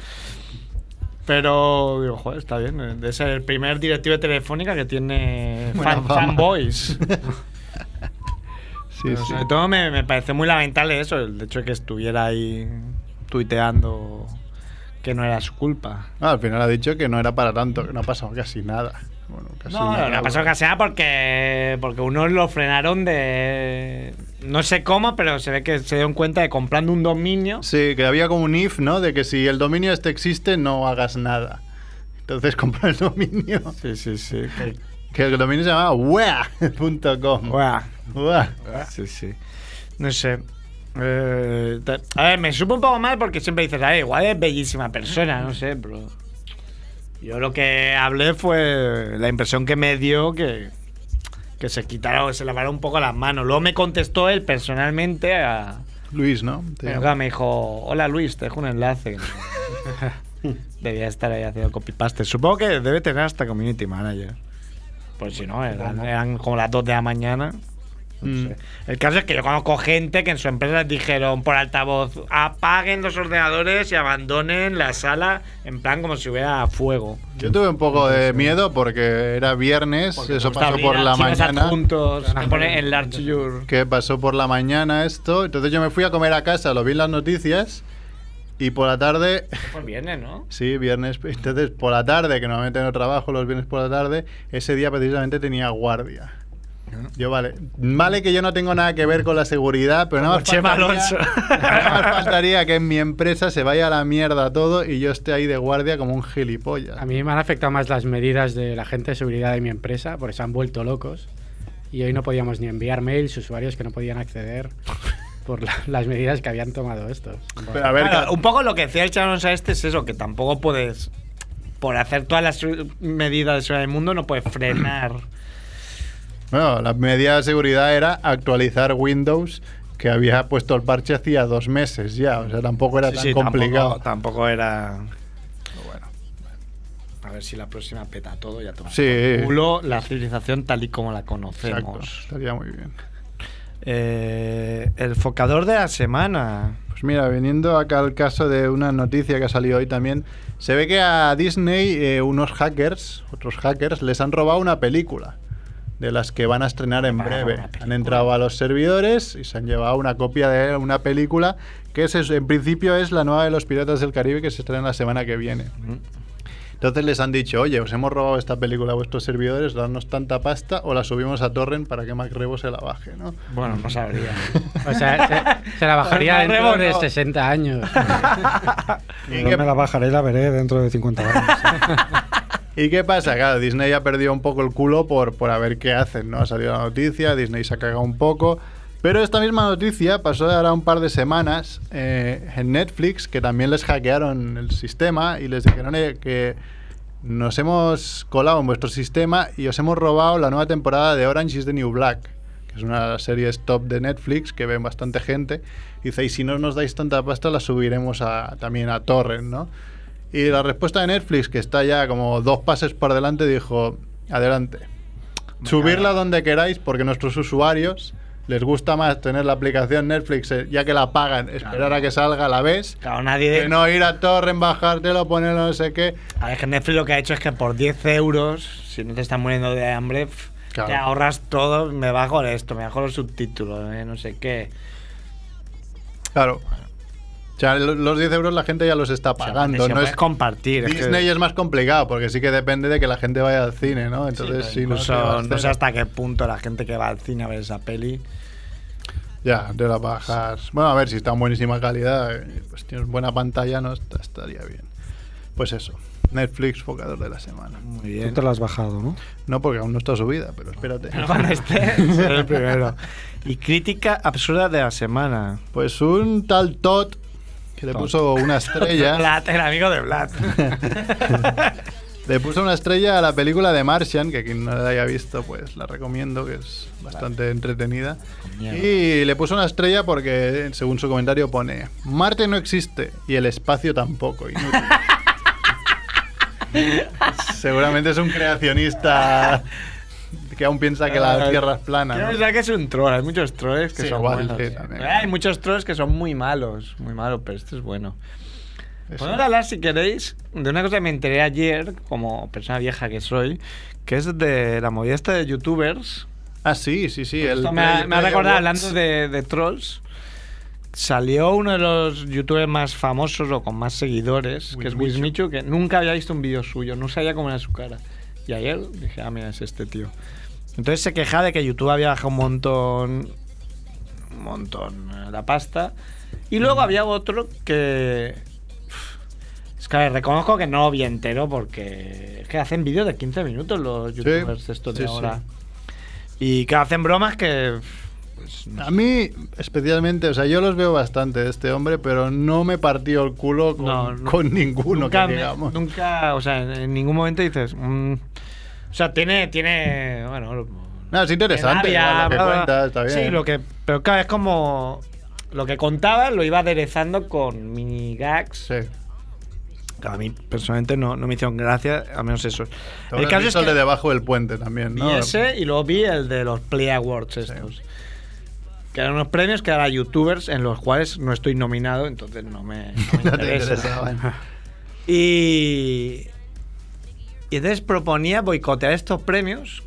Pero, digo, joder, está bien. eh, De ser el primer directivo de Telefónica que tiene Buena fan- fama. fanboys. Sí, Pero sí. Sobre todo me, me parece muy lamentable eso, el hecho de que estuviera ahí tuiteando que no era su culpa. Ah, al final ha dicho que no era para tanto, que no ha pasado casi nada. Bueno, casi No, nada. no, no pasó que sea porque, porque unos lo frenaron de. No sé cómo, pero se ve que se dieron cuenta de comprando un dominio. Sí, que había como un if, ¿no? De que si el dominio este existe, no hagas nada. Entonces compra el dominio. Sí, sí, sí. Que el dominio se llamaba wea.com. Wea. Sí, sí. No sé. Eh, ta- a ver, me supo un poco mal porque siempre dices, a ver, igual es bellísima persona, no sé, pero. Yo lo que hablé fue la impresión que me dio que, que se quitara o se lavara un poco las manos. Luego me contestó él personalmente a. Luis, ¿no? Te Venga, llama. me dijo, hola Luis, te dejo un enlace. Debía estar ahí haciendo copy-paste. Supongo que debe tener hasta community manager. Pues si no, eran, eran como las 2 de la mañana. No Mm. sé. El caso es que yo conozco gente que en su empresa les dijeron por altavoz, apaguen los ordenadores y abandonen la sala en plan como si hubiera fuego. Yo tuve un poco de miedo porque era viernes, eso pasó por la mañana. Juntos, pone en Large Your. Que pasó por la mañana esto. Entonces yo me fui a comer a casa, lo vi en las noticias. Y por la tarde, Pues viene, ¿no? sí, viernes. Entonces por la tarde, que normalmente no trabajo los viernes por la tarde, ese día precisamente tenía guardia. Yo vale. Vale que yo no tengo nada que ver con la seguridad, pero nada más, Chema faltaría, Alonso. nada más faltaría que en mi empresa se vaya a la mierda todo y yo esté ahí de guardia como un gilipollas. A mí me han afectado más las medidas de la gente de seguridad de mi empresa, porque se han vuelto locos. Y hoy no podíamos ni enviar mails, usuarios que no podían acceder por la- las medidas que habían tomado estos. Pero a ver, Claro, ca- un poco lo que decía el Charles a este es eso, que tampoco puedes, por hacer todas las eh, medidas de seguridad del mundo, no puedes frenar. bueno, la medida de seguridad era actualizar Windows, que había puesto el parche hacía dos meses ya. O sea, tampoco era Sí, tan sí, tampoco- complicado. Tampoco, era. A ver si la próxima peta todo ya toma. Sí. por culo la civilización tal y como la Exacto, conocemos. estaría muy bien. Eh, el focador de la semana. Pues mira, viniendo acá al caso de una noticia que ha salido hoy también, se ve que a Disney eh, unos hackers, otros hackers, les han robado una película de las que van a estrenar Ah, en breve. Han entrado a los servidores y se han llevado una copia de una película que es, es- en principio es la nueva de los Piratas del Caribe que se estrena la semana que viene. Entonces les han dicho, oye, os hemos robado esta película a vuestros servidores, darnos tanta pasta o la subimos a Torrent para que MacRebo se la baje, ¿no? Bueno, no sabría. O sea, se, se la bajaría Pues me dentro remo, de no. 60 años. ¿Y Yo qué me la bajaré y la veré dentro de 50 años. ¿Y qué pasa? Claro, Disney ha perdido un poco el culo por, por a ver qué hacen, ¿no? Ha salido la noticia, Disney se ha cagado un poco. Pero esta misma noticia pasó ahora un par de semanas eh, en Netflix, que también les hackearon el sistema y les dijeron "Oye, que nos hemos colado en vuestro sistema y os hemos robado la nueva temporada de Orange is the New Black, que es una de las series top de Netflix que ven bastante gente. Y dice, y si no nos dais tanta pasta, la subiremos a- también a Torrent, ¿no? Y la respuesta de Netflix, que está ya como dos pases por delante, dijo, adelante. Subirla donde queráis porque nuestros usuarios les gusta más tener la aplicación Netflix eh, ya que la pagan, esperar a que salga a la vez, Claro, nadie. que no ir a torrent, bajártelo, ponerlo no sé qué. A ver, que Netflix lo que ha hecho es que por 10 euros, si no te estás muriendo de hambre, pf, Claro. te ahorras todo. Me bajo esto, me bajo los subtítulos, eh, no sé qué. Claro. O sea, lo- los 10 euros la gente ya los está O sea, pagando. si no puedes es compartir. es que- Disney es más complicado porque sí que depende de que la gente vaya al cine, ¿no? Entonces, si no, te Incluso vas no sé a- hasta qué punto la gente que va al cine a ver esa peli. Ya, te la bajas. Bueno, a ver si está en buenísima calidad. eh, Pues tienes buena pantalla, no Está- estaría bien. Pues eso. Netflix, focador de la semana. Muy Tú bien. te la has bajado, ¿no? No porque aún no está subida, pero espérate. Pero cuando esté, seré el primero. Y crítica absurda de la semana. Pues un tal Todd que le puso una estrella. Vlad, el amigo de Vlad. le puso una estrella a la película de Martian, que quien no la haya visto, pues la recomiendo, que es bastante entretenida. Y le puso una estrella porque, según su comentario, pone: Marte no existe y el espacio tampoco. inútil". Seguramente es un creacionista que aún piensa Ah, que Ah, la Tierra es plana. Quiero ¿no? pensar que es un troll. Hay muchos trolls que Sí, son igual, buenos. Eh, sí, también. Hay muchos trolls que son muy malos. Muy malos, pero este es bueno. Eso. Podemos hablar, si queréis, de una cosa que me enteré ayer, como persona vieja que soy, que es de la movida esta de youtubers. Ah, sí, sí, sí. el Pues Esto me, ha, Player- me ha recordado, Player Watch. hablando de, de trolls, salió uno de los youtubers más famosos o con más seguidores, que es Wismichu, que nunca había visto un vídeo suyo, no sabía cómo era su cara. Y ayer dije, ah, mira, es este tío. Entonces se quejaba de que YouTube había bajado un montón, un montón eh, la pasta. Y Mm. luego había otro que... Es que a ver, reconozco que no lo vi entero porque es que hacen vídeos de 15 minutos los youtubers estos de sí, sí. ahora. Y que hacen bromas que. Pues, no A mí, especialmente, o sea, yo los veo bastante de este hombre, pero no me partió el culo con, No, no. con ninguno, nunca, que me- digamos. nunca, o sea, en, en ningún momento dices. mm, o sea, tiene. tiene bueno. lo- No, es interesante tiene labia, bla, igual, lo que bla, cuenta, bla. está bien. Sí, lo que. Pero claro, es como. Lo que contaba lo iba aderezando con mini gags. Sí. Que A mí personalmente no, no me hicieron gracia, al menos eso. Ahora has visto el que- de debajo del puente también, Vi ¿no? ese y luego vi el de los Play Awards estos. Que eran unos premios que eran youtubers en los cuales no estoy nominado, entonces no me, no me No te interesa. interesaban. Y, y entonces proponía boicotear estos premios.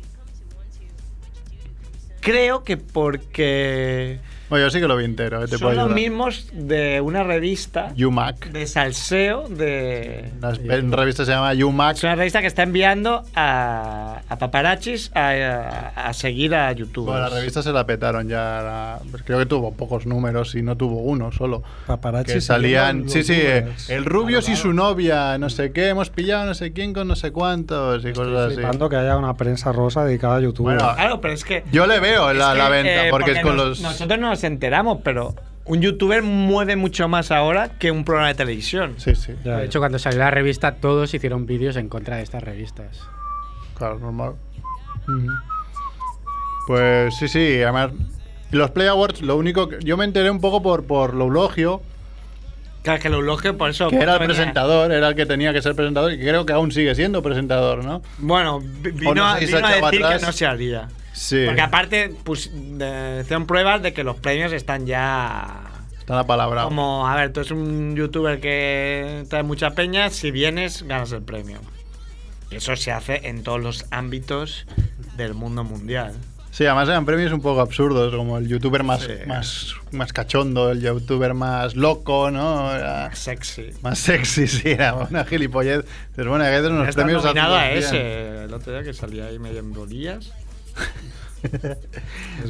Creo que porque Bueno, yo sí que lo vi entero. eh, Te puedo Son los ayudar. mismos de una revista UMAC. de salseo de... Una en revista se llama UMAC. Es una revista que está enviando a, a paparachis a, a- a seguir a YouTube. Bueno, la revista se la petaron ya. la- pues creo que tuvo pocos números y no tuvo uno solo. Paparazzi que se salían. llaman Sí, Ah, los sí, eh, números. el Rubius y su novia, no sé qué, hemos pillado no sé quién con no sé cuántos y cosas así. Flipando que haya una prensa rosa dedicada a YouTube. Bueno, Claro, pero es que... Yo le veo la, es que, la venta, eh, porque, es con nos- los. Nosotros no nos enteramos, pero un youtuber mueve mucho más ahora que un programa de televisión. Sí, sí, Ya, De hecho, cuando salió la revista, todos hicieron vídeos en contra de estas revistas. claro, normal. Mm. Pues sí, sí, además. Los Play Awards, lo único que. Yo me enteré un poco por, por Loulogio, Claro, que lo elogio por eso. que era el venía- presentador, era el que tenía que ser presentador y creo que aún sigue siendo presentador, ¿no? Bueno, vi- O vino, no a- sé si se vino a echaba decir atrás. que no se haría. Sí. Porque aparte pues, de- hicieron pruebas de que los premios están ya... Está la palabra. Como, a ver, tú eres un youtuber que trae mucha peña, si vienes ganas el premio. Y eso se hace en todos los ámbitos del mundo mundial. Sí, además eran premios un poco absurdos, como el youtuber más, Sí. más, más cachondo, el youtuber más loco, ¿no? Era Sexy. más sexy, sí, era una gilipollez. Pero bueno, a veces unos Está premios nominado a hacen bien. ese. El otro día que salía ahí medio en bolillas. es verdad.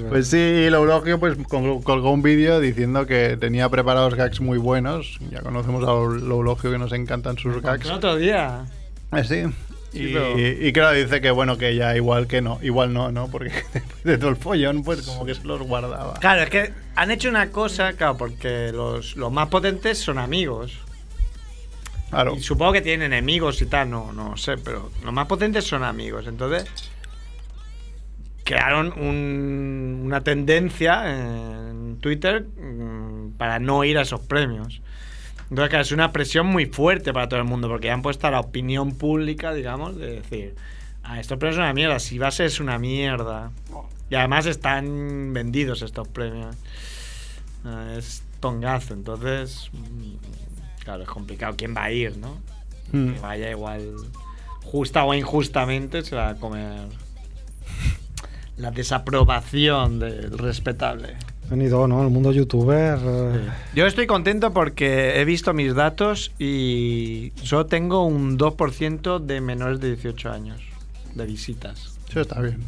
Pues sí, y Loulogio pues col- colgó un vídeo diciendo que tenía preparados gags muy buenos. Ya conocemos a Loulogio que nos encantan sus gags. El otro día. Eh, sí. Sí, y, pero- y claro, dice que bueno, que ya igual que no, igual no, ¿no? Porque después de todo el follón, pues como que se los guardaba. Claro, es que han hecho una cosa, claro, porque los, los más potentes son amigos. Claro. Y supongo que tienen enemigos y tal, no, no sé, pero los más potentes son amigos. Entonces, crearon un- una tendencia en Twitter mm, para no ir a esos premios. Entonces, claro, es una presión muy fuerte para todo el mundo, porque ya han puesto a la opinión pública, digamos, de decir, ah, estos premios son una mierda, si vas es una mierda. Y además están vendidos estos premios. Ah, Es tongazo, entonces, mm, claro, es complicado. ¿Quién va a ir, no? Mm. Que vaya igual, justa o injustamente, se va a comer la desaprobación del respetable. Han ido, ¿no? El mundo youtuber. eh, Yo estoy contento porque he visto mis datos y solo tengo un 2% de menores de 18 años de visitas. Eso está bien.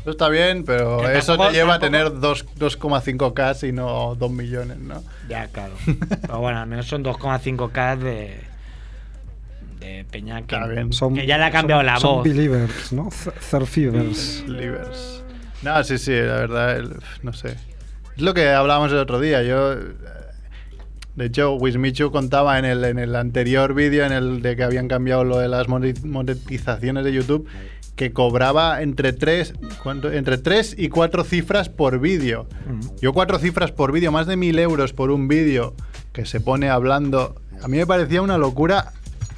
Eso está bien, pero Que eso tampoco- te lleva tampoco- a tener dos- 2,5K y no 2 millones, ¿no? Ya, claro. Pero bueno, al menos son 2,5K de, de Peña que, Está bien. son- que ya le ha cambiado son- la son voz. believers, ¿no? Th- Thirfivers. Livers. No, sí, sí, la verdad, el- no sé. Es lo que hablábamos el otro día. Yo. eh, De hecho, Wismichu contaba en el, en el anterior vídeo, en el de que habían cambiado lo de las moneti- monetizaciones de YouTube, que cobraba entre 3, entre tres y 4 cifras por vídeo. Yo cuatro cifras por vídeo, más de mil euros por un vídeo que se pone hablando, a mí me parecía una locura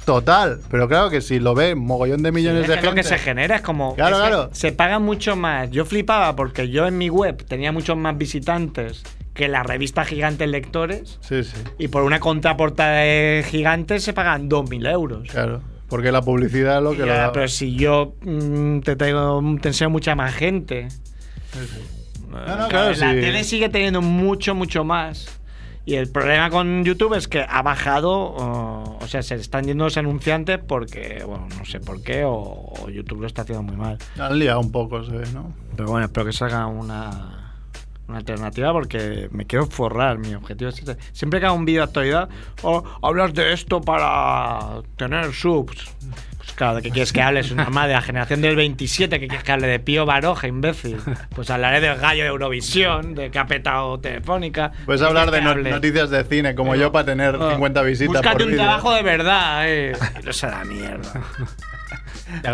total. Pero claro que si lo ve mogollón de millones Es de que gente... lo que se genera es como. Claro, es que claro. Se paga mucho más. Yo flipaba porque yo en mi web tenía muchos más visitantes que la revista Gigantes Lectores Sí, sí, y por una contraportada de Gigantes se pagan 2.000 euros. claro. Porque la publicidad es lo que Y lo ahora, da. pero si yo mm, te, tengo, te enseño mucha más gente. Eh, No, no, claro, la sí. tele sigue teniendo mucho, mucho más. Y el problema con YouTube es que ha bajado, uh, o sea, se están yendo los anunciantes porque, bueno, no sé por qué, o, o YouTube lo está haciendo muy mal. Han liado un poco, se ve, ¿no? Pero bueno, espero que salga una, una alternativa porque me quiero forrar. Mi objetivo es ese. Siempre que hago un vídeo de actualidad, o hablas de esto para tener subs. Pues claro, ¿de qué quieres que hables? Una madre de la generación del 27, que quieres que hable de Pío Baroja, imbécil? Pues hablaré del gallo de Eurovisión, de que ha petado Telefónica. Puedes ¿De qué hablar quieres de que no- hable? noticias de cine, como yo, para tener Ah, 50 visitas Búscate por un vídeo. trabajo de verdad, eh. No se da mierda.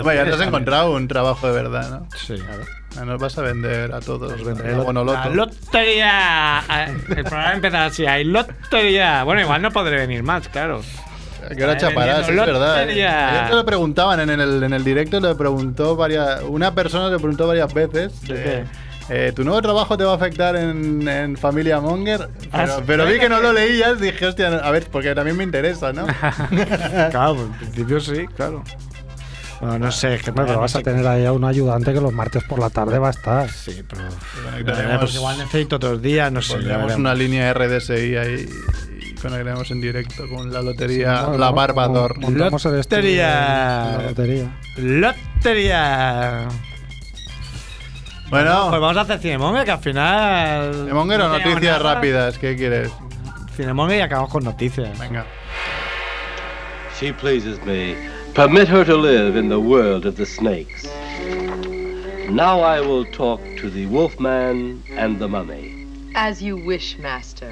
Vaya, te has encontrado un trabajo de verdad, ¿no? Sí, claro. Ah, Nos vas a vender a todos. venderé a lo- Bonoloto. La lotería. Ah, El programa empezará así. Hay lotería. Bueno, igual no podré venir más, claro. ¿A qué hora Está chaparás? Es vendiendo verdad. ¿eh? lotería. Ayer te lo preguntaban en el, en el directo, le preguntó varias, una persona le preguntó varias veces. eh, eh, ¿Tu nuevo trabajo te va a afectar en, en Familia Monger? Ah, Pero, sí. pero vi que no lo leías, dije, hostia, a ver, porque también me interesa, ¿no? Claro, en principio sí, claro. No, no sé, es que hombre, pero vas a tener ahí a un ayudante que los martes por la tarde va a estar. Sí, pero. Conectaremos- Pues igual necesito otros días, no sé. Pondremos ya una línea RDSI ahí y conectaremos en directo con la lotería Bueno, La ¿no? Barbador. Como montamos el estudio de- de Lotería. la lotería. veremos. ¡Lotería! Pues Oh. Bueno, vamos a hacer Cinemonger, que al final. Demonger o no tenemos noticias nada. rápidas, ¿qué quieres? Cinemonger y acabamos con noticias. Venga. She pleases me. Permit her to live in the world of the snakes. Now I will talk to the wolfman and the mummy. As you wish, master.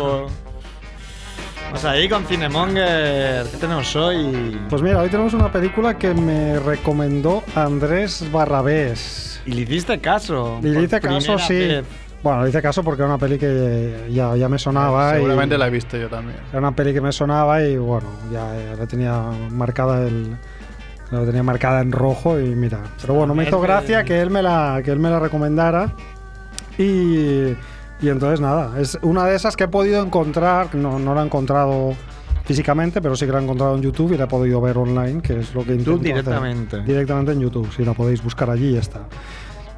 Oh. Vamos ahí con Cinemonger. ¿Qué tenemos hoy? Pues mira, hoy tenemos una película que me recomendó Andrés Barrabés. y le hiciste caso. Y le por hice caso, primera sí. vez. Bueno, le hice caso porque era una peli que ya, ya me sonaba. y- Seguramente la he visto yo también. Era una peli que me sonaba y bueno, ya la tenía marcada el la tenía marcada en rojo y mira, pero bueno, me hizo gracia que él me la que él me la recomendara y y entonces nada, es una de esas que he podido encontrar, no, no la he encontrado físicamente, pero sí que la he encontrado en YouTube y la he podido ver online, que es lo que intento Tú hacer. directamente. Directamente en YouTube, si la podéis buscar allí ya está.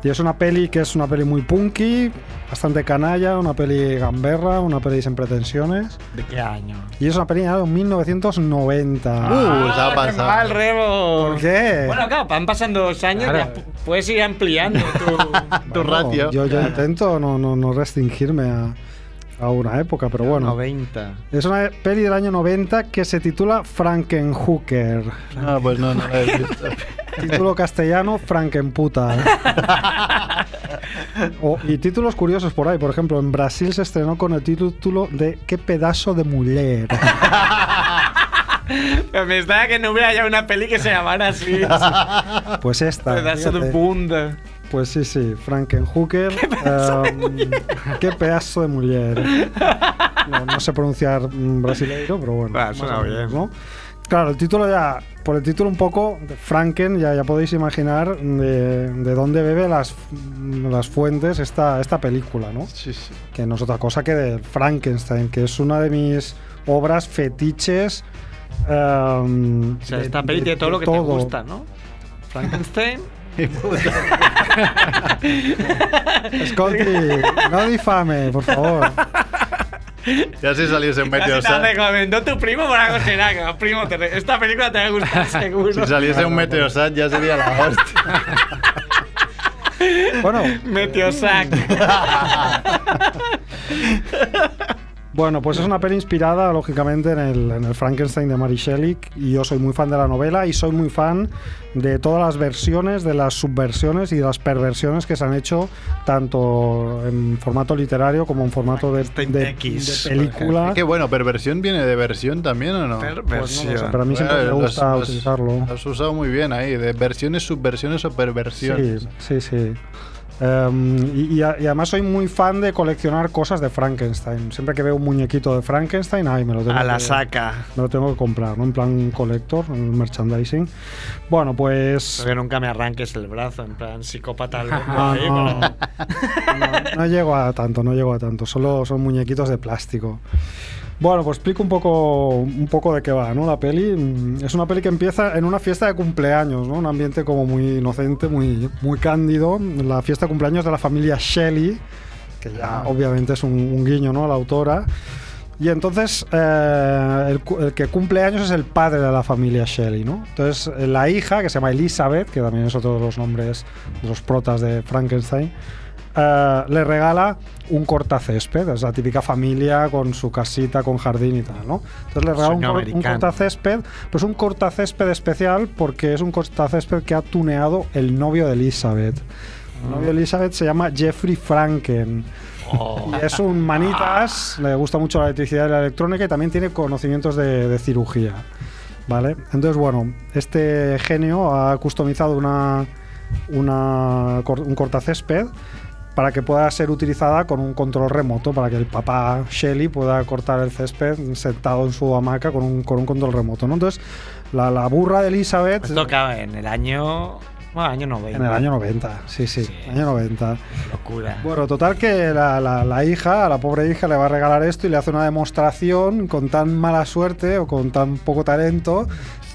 Y es una peli que es una peli muy punky, bastante canalla, una peli gamberra, una peli sin pretensiones. ¿De qué año? Y es una película de 1990. Uh, se ha ¡Mal, pasado. Ah, Rebo! Pues ¿Por qué? Bueno, claro, van pasando dos años, Claro. ya pu- puedes ir ampliando tu... Tu No, ratio. Yo, yo intento no, no, no restringirme a, a una época, pero bueno. 90. Es una peli del año 90 que se titula Frankenhooker. No, pues no, no la he visto. Título castellano, Frankenputa. O- y títulos curiosos por ahí. Por ejemplo, en Brasil se estrenó con el título de Qué pedazo de mujer. Pero Me estaba que no hubiera ya una peli que se llamara así. Pedazo Pues esta. de fíjate. bunda. Pues sí, sí, Frankenhooker. ¿Qué pedazo, ¿Qué pedazo de mujer? No, no sé pronunciar mm, brasileiro, pero bueno. Va, más Ah, suena o menos, bien. ¿no? Claro, el título ya, por el título un poco, de Franken, ya, ya podéis imaginar de, de dónde bebe las, mm, las fuentes esta, esta película, ¿no? Sí, sí. que no es otra cosa que de Frankenstein, que es una de mis obras fetiches. em, O sea, de- esta peli de- tiene todo de lo que te gusta, ¿no? Frankenstein. Escolti, no difame, por favor. Ya si saliese un Casi te la meteosat. recomendó tu primo por algo será. que, oh, Primo, te re- esta película te va a gustar seguro. Si saliese un meteosat ya sería la hostia. Bueno, Meteosac. bueno, pues es una peli inspirada, lógicamente, en el, en el Frankenstein de Mary Shelley. Y yo soy muy fan de la novela y soy muy fan de todas las versiones, de las subversiones y de las perversiones que se han hecho, tanto en formato literario como en formato de, Frankenstein de- X, de película. Qué bueno, ¿perversión viene de versión también o no? Pues no lo sé, Perversión. pero a mí siempre me Claro, gusta lo has- utilizarlo. Has usado muy bien ahí, de versiones, subversiones o perversiones. Sí, sí, sí. Em, y, y a- y además soy muy fan de coleccionar cosas de Frankenstein. Siempre que veo un muñequito de Frankenstein, ay, me lo tengo a la que- saca. Me lo tengo que comprar, ¿no? En plan colector, en merchandising. Bueno, pues... Porque nunca me arranques el brazo, en plan psicópata. loco, No, ahí, no, pero- no, no llego a tanto, no llego a tanto. Solo son muñequitos de plástico. Bueno, pues explico un poco, un poco de qué va, ¿no? La peli mm, es una peli que empieza en una fiesta de cumpleaños, ¿no? Un ambiente como muy inocente, muy, muy cándido. La fiesta de cumpleaños de la familia Shelley, que ya obviamente es un, un guiño, ¿no? A la autora. Y entonces eh, el, cu- el que cumple años es el padre de la familia Shelley, ¿no? Entonces eh, la hija, que se llama Elizabeth, que también es otro de los nombres de los protas de Frankenstein, eh, le regala un cortacésped. Es la típica familia con su casita, con jardín y tal, ¿no? Entonces le regala un, Sueño cor- un americano. cortacésped, pero es un cortacésped especial porque es un cortacésped que ha tuneado el novio de Elizabeth. El novio de Elizabeth se llama Jeffrey Franken. Oh, Y es un manitas, le gusta mucho la electricidad y la electrónica y también tiene conocimientos de, de cirugía. ¿Vale? Entonces, bueno, este genio ha customizado una, una cor- un cortacésped para que pueda ser utilizada con un control remoto, para que el papá Shelly pueda cortar el césped sentado en su hamaca con un, con un control remoto. ¿no? Entonces, la, la burra de Elizabeth Esto claro, en el año. Bueno, año 90. en el año 90, sí, sí, Sí. año 90. Locura. Bueno, total que la, la- la hija, a la pobre hija, le va a regalar esto y le hace una demostración con tan mala suerte o con tan poco talento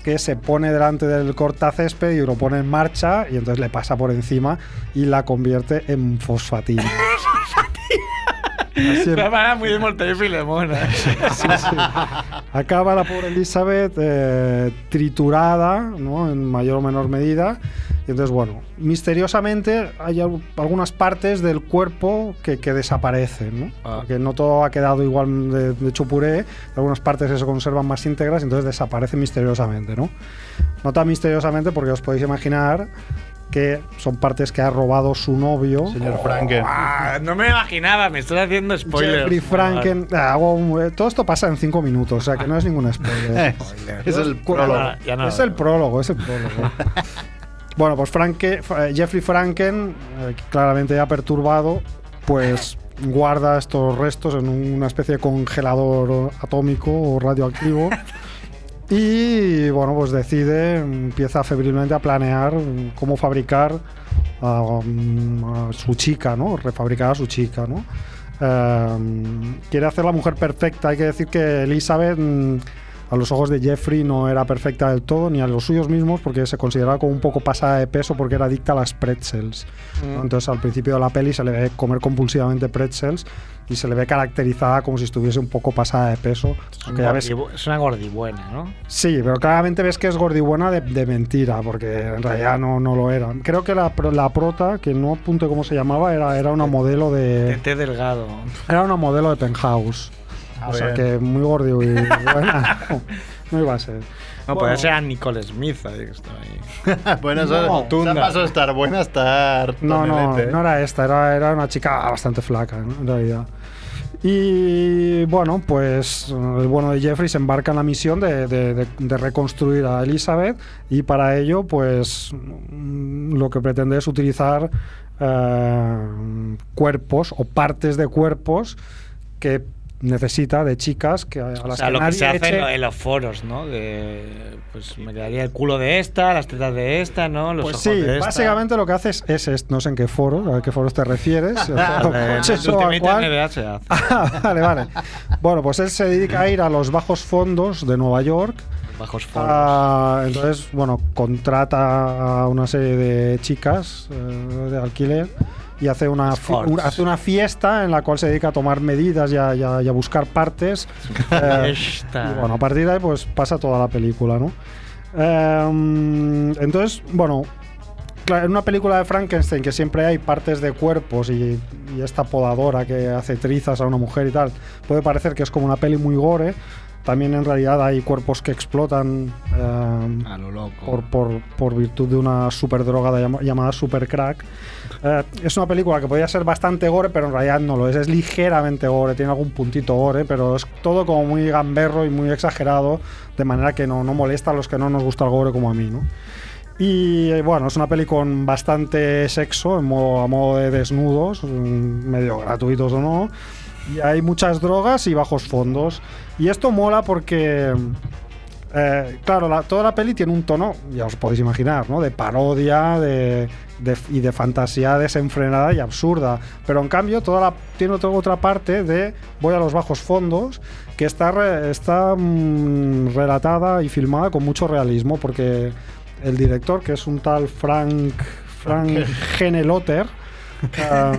que se pone delante del cortacésped y lo pone en marcha y entonces le pasa por encima y la convierte en fosfatina. Así es. La verdad, muy de Mortadelo y Filemón. ¿eh? Acaba la pobre Elizabeth eh, triturada, ¿no? En mayor o menor medida. Y entonces, bueno, misteriosamente hay al- algunas partes del cuerpo que, que desaparecen, ¿no? Ah. Porque no todo ha quedado igual de, de chupuré. Algunas partes que se conservan más íntegras, entonces desaparecen misteriosamente, ¿no? No tan misteriosamente porque os podéis imaginar que son partes que ha robado su novio. Señor Franken. Ah, no me imaginaba, me estás haciendo spoilers. Jeffrey Franken. Ah, hago un- todo esto pasa en cinco minutos, o sea que no es ningún spoiler. Es el prólogo. Ah, ya no. es el prólogo, es el prólogo. bueno, pues Franke- eh, Jeffrey Franken, eh, claramente ya perturbado, pues guarda estos restos en una especie de congelador atómico o radioactivo. Y bueno, pues decide, empieza febrilmente a planear mm, cómo fabricar a, mm, a su chica, ¿no? Refabricar a su chica, ¿no? Em, quiere hacer la mujer perfecta. Hay que decir que Elizabeth, mm, a los ojos de Jeffrey, no era perfecta del todo, ni a los suyos mismos, porque se consideraba como un poco pasada de peso porque era adicta a las pretzels. ¿no? Entonces, al principio de la peli se le ve comer compulsivamente pretzels y se le ve caracterizada como si estuviese un poco pasada de peso. aunque ya ves- Gordibu- Es una gordibuena, ¿no? Sí, pero claramente ves que es gordibuena de, de mentira, porque en realidad no, no lo era. Creo que la, pro- la prota, que no apunto cómo se llamaba, era, era una modelo de. Tete delgado. Era una modelo de penthouse. Ah, o sea bien. que muy gordibuena. no, no iba a ser. No, podría ser a Nicole Smith ahí que estaba ahí. Ah, Bueno, eso No, eso pasó de estar buena a estar ¿eh? No, no, tonelete. no era esta, era, era una chica bastante flaca, ¿no? en realidad. Y bueno, pues el bueno de Jeffrey se embarca en la misión de, de- de- de reconstruir a Elizabeth y para ello, pues mm, lo que pretende es utilizar eh, cuerpos o partes de cuerpos que necesita de chicas que a las O sea, que lo que nadie se hace en eche- lo- en los foros, ¿no? De, pues me quedaría el culo de esta, las tetas de esta, ¿no? Los Pues ojos sí, de esta. básicamente lo que haces es, es- no sé en qué foro, a qué foros te refieres, si al foro Eh, coches o a Ultimate cuál. NBA se hace. Ah, vale, vale. Bueno, pues él se dedica a ir a los bajos fondos de Nueva York. Bajos foros. Ah, entonces, bueno, contrata a una serie de chicas eh, de alquiler y hace una, fi- Forts. una- hace una fiesta en la cual se dedica a tomar medidas y a, y a- y a buscar partes. Eh, Esta. y bueno, a partir de ahí pues pasa toda la película, ¿no? Em, entonces, bueno, claro, en una película de Frankenstein que siempre hay partes de cuerpos y, y esta podadora que hace trizas a una mujer y tal, puede parecer que es como una peli muy gore. También en realidad hay cuerpos que explotan em, a lo loco. por, por- por virtud de una superdroga de llama- llamada Supercrack. Eh, es una película que podría ser bastante gore, pero en realidad no lo es. Es ligeramente gore, tiene algún puntito gore, pero es todo como muy gamberro y muy exagerado, de manera que no, no molesta a los que no nos gusta el gore como a mí, ¿no? Y eh, bueno, es una peli con bastante sexo, en modo- a modo de desnudos, mm, medio gratuitos o no. Y hay muchas drogas y bajos fondos. Y esto mola porque eh, claro, la- toda la peli tiene un tono, ya os podéis imaginar, ¿no? De parodia de- de- y de fantasía desenfrenada y absurda. Pero en cambio, toda la, tiene otra, otra parte de voy a los bajos fondos, que está, re- está mm, relatada y filmada con mucho realismo, porque el director, que es un tal Frank, Frank Genelotter, um,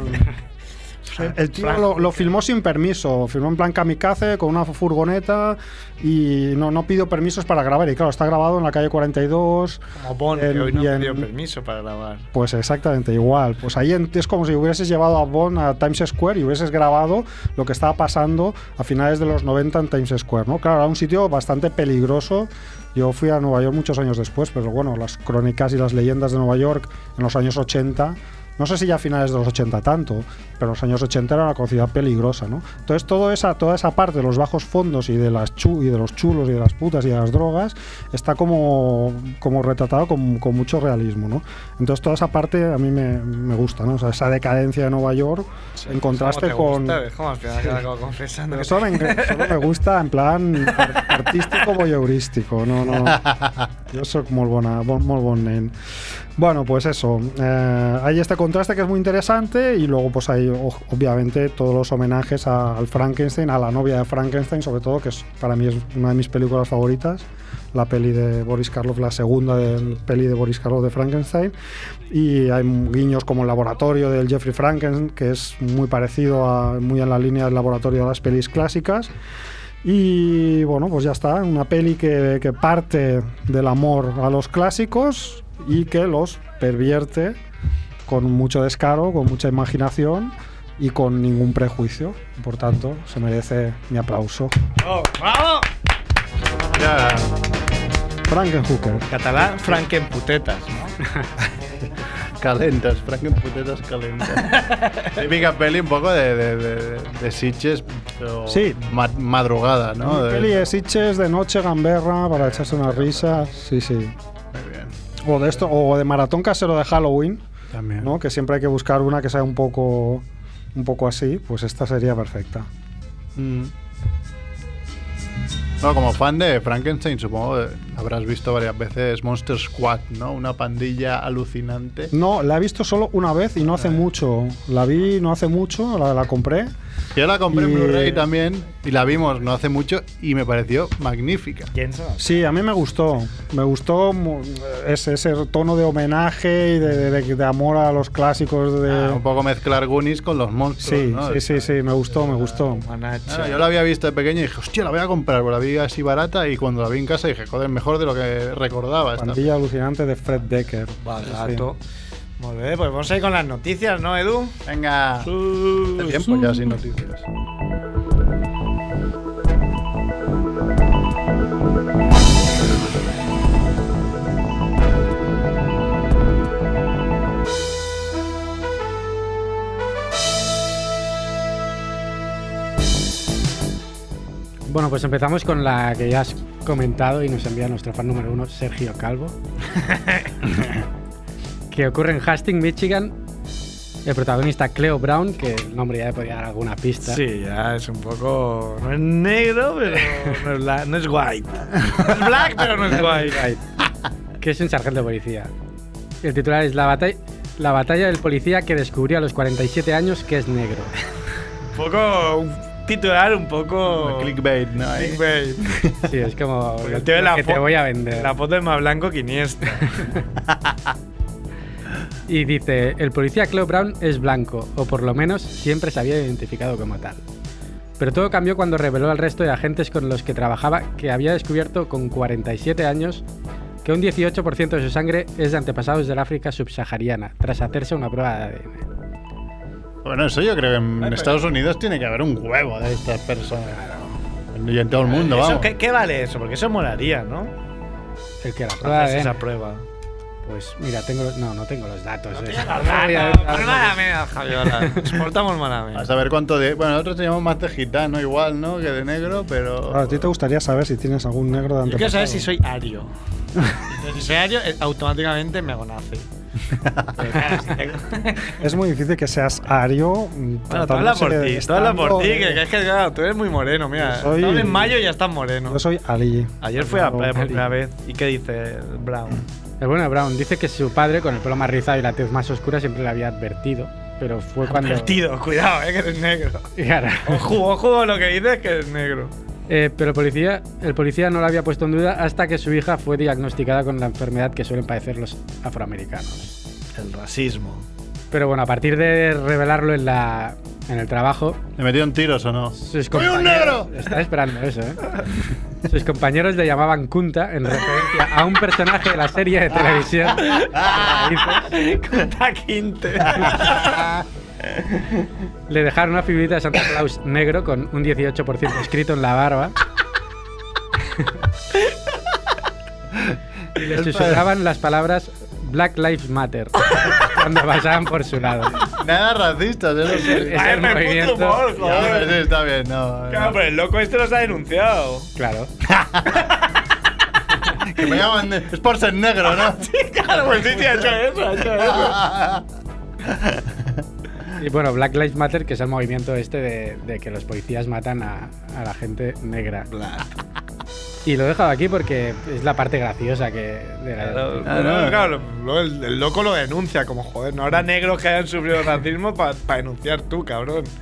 el tío lo, lo filmó sin permiso, filmó en plan kamikaze con una furgoneta y no, no pidió permisos para grabar. Y claro, está grabado en la calle 42, Como Bond, en- que hoy no y en- pidió permiso para grabar. pues exactamente igual. Pues ahí en- es como si hubieses llevado a Bond a Times Square y hubieses grabado lo que estaba pasando a finales de los 90 en Times Square, ¿no? Claro, era un sitio bastante peligroso. Yo fui a Nueva York muchos años después, pero bueno, las crónicas y las leyendas de Nueva York en los años 80 no sé si ya a finales de los 80 tanto, pero en los años 80 era una cocidad peligrosa, ¿no? Entonces todo esa, toda esa parte de los bajos fondos y de, las chu y de los chulos y de las putas y de las drogas está como, como retratado con, con mucho realismo, ¿no? Entonces toda esa parte a mí me, me gusta, ¿no? O sea, esa decadencia de Nueva York en contraste con... ¿Cómo al final acabo confesando? Pero Eso me, enc- solo me gusta en plan ar- artístico voyeurístico, no, no. Yo soy muy bona, bon- molt bon nen. Bueno, pues eso. eh, hay este contraste que es muy interesante y luego pues hay o- obviamente todos los homenajes a- al Frankenstein, a la novia de Frankenstein sobre todo, que es, para mí es una de mis películas favoritas, la peli de Boris Karloff, la segunda del- peli de Boris Karloff de Frankenstein y hay guiños como el laboratorio del Jeffrey Franken, que es muy parecido a, muy en la línea del laboratorio de las pelis clásicas. Y bueno, pues ya está, una peli que, que parte del amor a los clásicos y que los pervierte con mucho descaro, con mucha imaginación y con ningún prejuicio. Por tanto, se merece mi aplauso. ¡Bravo! Ya, Frankenhooker. Catalán Frankenputetas. calentas, Frankenputetas calentas. Típica peli un poco de, de, de, de Sitges, pero Sí. ma- madrugada, ¿no? Mi De- peli es Sitges de noche, gamberra, para echarse una risa. Sí, sí. Muy bien. O de esto, o de maratón casero de Halloween. También. ¿no? Que siempre hay que buscar una que sea un poco, un poco así, pues esta sería perfecta. Mm. No, como fan de Frankenstein, supongo eh, habrás visto varias veces Monster Squad, ¿no? Una pandilla alucinante. No, la he visto solo una vez y no Eh. hace mucho. La vi no hace mucho, la, la compré. Yo la Y- compré en Blu-ray también y la vimos no hace mucho y me pareció magnífica. Jensen. Sí, a mí me gustó. Me gustó mu- ese, ese tono de homenaje y de, de- de- de amor a los clásicos de... Ah, un poco mezclar Goonies con los monstruos. Eh. sí, ¿no? sí, sí, sí, me gustó, me gustó. Claro, yo la había visto de pequeño y dije, hostia, la voy a comprar, porque la vi así barata y cuando la vi en casa dije, joder, mejor de lo que recordaba. esta Pandilla alucinante de Fred Decker. Barato. Muy bien, pues vamos a ir con las noticias, ¿no, Edu? Venga, hace tiempo ya sin noticias. Bueno, pues empezamos con la que ya has comentado y nos envía nuestro fan número uno, Sergio Calvo. que ocurre en Hastings, Michigan. El protagonista Cleo Brown, que el nombre ya le podía dar alguna pista. Sí, ya es un poco. No es negro, pero no es, bla- no es white. Es black, pero no es white. Que es un sargento de policía. El titular es la, batalla la batalla del policía que descubrió a los 47 años que es negro. Un poco. Un titular un poco. Clickbait, ¿no? Ahí. clickbait. Sí, es como Porque lo Pues el tío de la que te fo- voy a vender. La foto es más blanco que Iniesta. Y dice, el policía Cleo Brown es blanco, o por lo menos siempre se había identificado como tal. Pero todo cambió cuando reveló al resto de agentes con los que trabajaba que había descubierto con 47 años que un 18% de su sangre es de antepasados del África subsahariana, tras hacerse una prueba de ADN. Bueno, eso yo creo que en Estados Unidos tiene que haber un huevo de estas personas. Y en todo el mundo, Eso, vamos. ¿qué, qué vale eso? Porque eso molaría, ¿no? El que la prueba Haces de esa ADN. prueba. Pues mira, tengo los- no, no tengo los datos. eh. mía, Javiola. Exportamos mala A mía. saber cuánto de. Bueno, nosotros teníamos más de gitano igual, ¿no? Que de negro, pero. Ahora, a ti te gustaría saber si tienes algún negro de Yo quiero antepasado. saber si soy ario. Entonces, si soy ario, eh, automáticamente me hago nazi. Pero claro, si tengo- Es muy difícil que seas ario. Bueno, tú hablas por ti, tú hablas por ti, que, que es que claro, tú eres muy moreno, mira. Yo soy- estamos en mayo y ya estás moreno. Yo soy Ali. Ayer fui a la playa por Ali. primera vez. ¿Y qué dice Brown? El bueno de Brown dice que su padre, con el pelo más rizado y la tez más oscura, siempre le había advertido. Pero fue cuando... Advertido, Oh, cuidado, eh, que eres negro. Claro. Ojo, ojo, lo que dices que eres negro. Eh, pero el policía, el policía no la había puesto en duda hasta que su hija fue diagnosticada con la enfermedad que suelen padecer los afroamericanos. El racismo. Pero bueno, a partir de revelarlo en, la, en el trabajo, ¿Le metieron tiros o no? sus ¡Soy un compañeros... negro! Estaba esperando eso, ¿eh? Sus compañeros le llamaban Kunta en referencia a un personaje de la serie de televisión. Cota Quinte. Le dejaron una figurita de Santa Claus negro con un 18% escrito en la barba. y le susurraban las palabras Black Lives Matter. cuando pasaban por su lado. Nada racista, es lo que- Es el me puto movimiento. humor, Ya, joder. pero sí, está bien, no. Claro, no. pero el loco este los ha denunciado. Claro. Que me llaman de- Es por ser negro, ¿no? Claro, pues sí, sí, ha hecho eso, ha hecho eso. Y bueno, Black Lives Matter, que es el movimiento este de, de que los policías matan a, a la gente negra. Y lo he dejado aquí porque es la parte graciosa que de la- Claro, Ah, no. claro, luego el, el loco lo denuncia, como joder, no habrá negros que hayan sufrido racismo para denunciar tú, cabrón.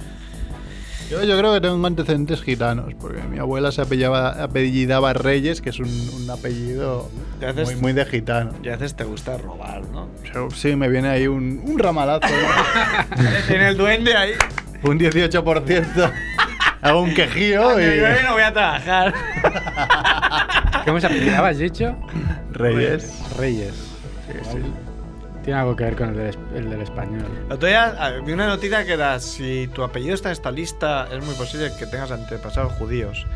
Yo, yo creo que tengo antecedentes gitanos, porque mi abuela se apellaba- apellidaba Reyes, que es un, un apellido Ya haces- muy, muy de gitano. Y a veces te gusta robar, ¿no? Pero sí, me viene ahí un, un ramalazo, Tiene el duende ahí. ¿no? un 18%. Hago un quejío Yo hoy y. no voy a trabajar. ¿Cómo se apellidaba, ¿Ah, has dicho? Reyes. Reyes. Tiene algo que ver con el del, es- el del español. El otro día ah, vi una noticia que era: si tu apellido está en esta lista, es muy posible que tengas antepasados judíos.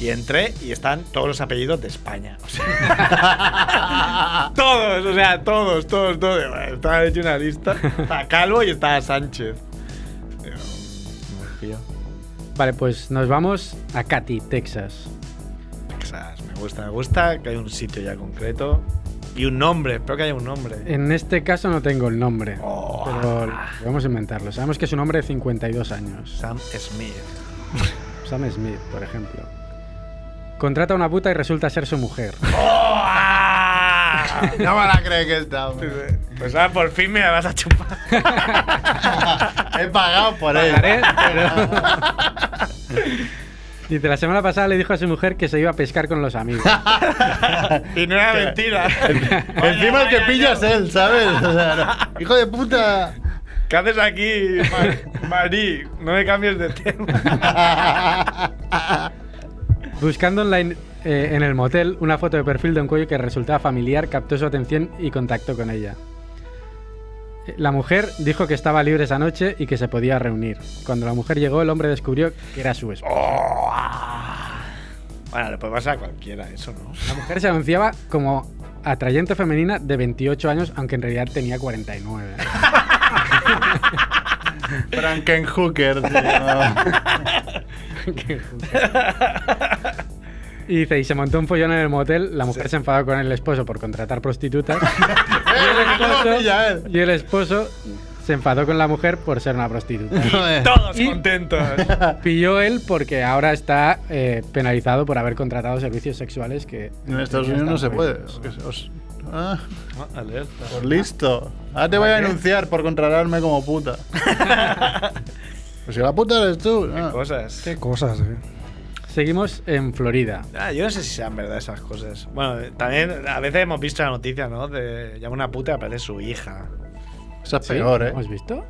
Y entré y están todos los apellidos de España. O sea, todos, o sea, todos, todos, todos. Estaba hecho una lista. Está Calvo y está Sánchez. Digo, me fío. Vale, pues nos vamos a Katy, Texas. Texas, me gusta, me gusta que hay un sitio ya concreto y un nombre, espero que haya un nombre. En este caso no tengo el nombre, Oh. pero vamos a inventarlo. Sabemos que es un hombre de 52 años. Sam Smith. Sam Smith, por ejemplo. Contrata a una puta y resulta ser su mujer. No me la cree que está. hombre. Pues ahora por fin me la vas a chupar. He pagado por él. Pagaré, pero- Dice, la semana pasada le dijo a su mujer que se iba a pescar con los amigos. Y no era mentira. Encima el que pilla es él, ¿sabes? O sea, no. Hijo de puta. ¿Qué haces aquí, Ma- Marí? No me cambies de tema. Buscando online eh, en el motel una foto de perfil de un cuello que resultaba familiar, captó su atención y contactó con ella. Eh, La mujer dijo que estaba libre esa noche y que se podía reunir. Cuando la mujer llegó, el hombre descubrió que era su esposa. ¡Oh! Bueno, le puede pasar a cualquiera, eso no. La mujer se anunciaba como atrayente femenina de 28 años, aunque en realidad tenía 49. Frankenhooker, tío. no. Qué puta. Y dice, y se montó un follón en el motel, la mujer se enfadó con el esposo por contratar prostitutas. Eh, ¿cómo lo pilla él? y el esposo se enfadó con la mujer por ser una prostituta. Joder. Todos Y- contentos. Pilló él porque ahora está eh, penalizado por haber contratado servicios sexuales que... En Estados Unidos no se puede. o que se- os- Ah, por listo. Ahora te voy a denunciar por contratarme como puta. Pues si la puta eres tú. ah. Cosas. Qué cosas, eh. Seguimos en Florida. Ah, yo no sé si sean verdad esas cosas. Bueno, eh, también a veces hemos visto la noticia, ¿no? De llama una puta y aparece su hija. Esa es ¿Sí? peor, eh. ¿Hemos visto?